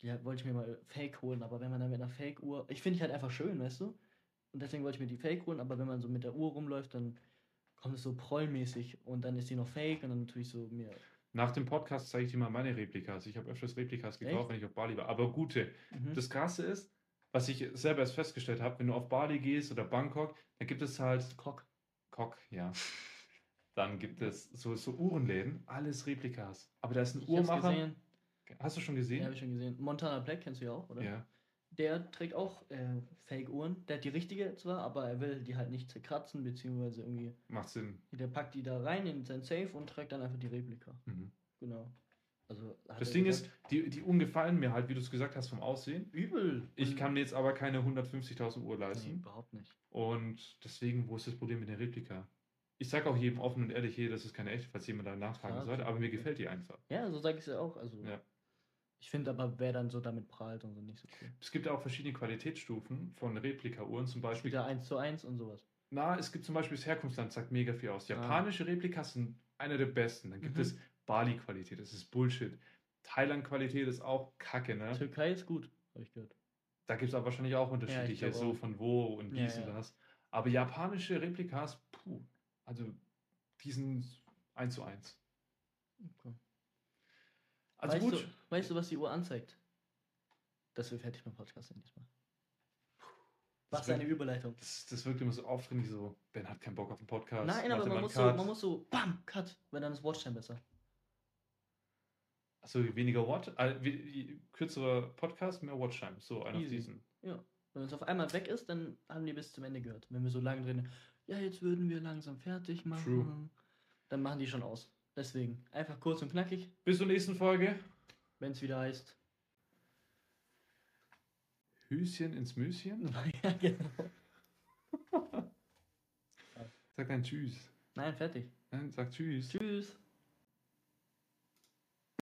Die hat- wollte ich mir mal Fake holen, aber wenn man dann mit einer Fake-Uhr. Ich finde die halt einfach schön, weißt du? Und deswegen wollte ich mir die Fake holen, aber wenn man so mit der Uhr rumläuft, dann kommt es so prollmäßig und dann ist die noch Fake und dann tue ich so mir.
Nach dem Podcast zeige ich dir mal meine Replikas. Ich habe öfters Replikas gekauft,
Echt?
wenn ich auf Bali war. Aber gute.
Mhm.
Das Krasse ist, was ich selber erst festgestellt habe, wenn du auf Bali gehst oder Bangkok, dann gibt es halt
Cock.
Kock, ja. Dann gibt es so, so Uhrenläden, alles Replikas. Aber da ist ein
Ich hab's
Uhrmacher.
gesehen.
Hast du schon
Ja, habe
gesehen?
ich schon gesehen. Montana Black kennst du ja auch, oder?
Ja.
Der trägt auch äh, Fake-Uhren. Der hat die richtige zwar, aber er will die halt nicht zerkratzen, beziehungsweise irgendwie.
Macht Sinn.
Der packt die da rein in sein Safe und trägt dann einfach die Replika.
Mhm.
Genau. Also hat
Das
er
Ding
gesagt,
ist, die, die Uhren gefallen mir halt, wie du es gesagt hast, vom Aussehen.
übel.
Ich
Und-
kann mir jetzt aber keine 150.000 Uhr
nee,
leisten.
Also, überhaupt nicht.
Und deswegen, wo ist das Problem mit der Replika? Ich sage auch jedem offen und ehrlich, hier, das ist keine echte, falls jemand da nachfragen
Ja,
sollte,
okay.
aber mir gefällt die einfach.
Ja, so sage ich es ja auch. Also
Ja.
ich finde aber, wer dann so damit prahlt und so nicht so cool.
Es gibt auch verschiedene Qualitätsstufen von Replika-Uhren, zum Beispiel
Wieder 1 zu 1 und sowas.
Na, es gibt zum Beispiel das Herkunftsland, sagt mega viel aus.
Ah.
Japanische Replikas sind einer der besten. Dann gibt
Mhm.
es Bali-Qualität, das ist Bullshit. Thailand-Qualität ist auch Kacke, ne?
Türkei ist gut, habe ich gehört.
Da gibt es aber wahrscheinlich auch unterschiedliche,
glaub
so
auch.
von wo und
Ja,
dies und
ja.
das. Aber japanische Replikas, puh, also die sind eins zu eins.
Okay.
Also
weißt,
gut,
Du, weißt du, was die Uhr anzeigt? Dass wir fertig mit dem Podcast sind diesmal. Was eine Überleitung.
Das, das wirkt immer so aufdringlich, so, Ben hat keinen Bock auf den Podcast.
Nein,
macht
aber
immer
man
einen
muss, so,
Cut.
man muss so, bam, cut, weil dann ist Watchtime besser.
Also weniger Watch, äh, wie- wie- kürzerer Podcast, mehr Watchtime. So einer von
Easy.
diesen.
Wenn es auf einmal weg ist, dann haben die bis zum Ende gehört. Wenn wir so lange reden, ja, jetzt würden wir langsam fertig machen, dann machen die schon aus. Deswegen, einfach kurz und knackig,
Bis zur nächsten Folge.
wenn es wieder heißt.
Hüschen ins Müschen.
ja, genau.
Sag dann Tschüss.
Nein, fertig.
Nein, sag Tschüss.
Tschüss.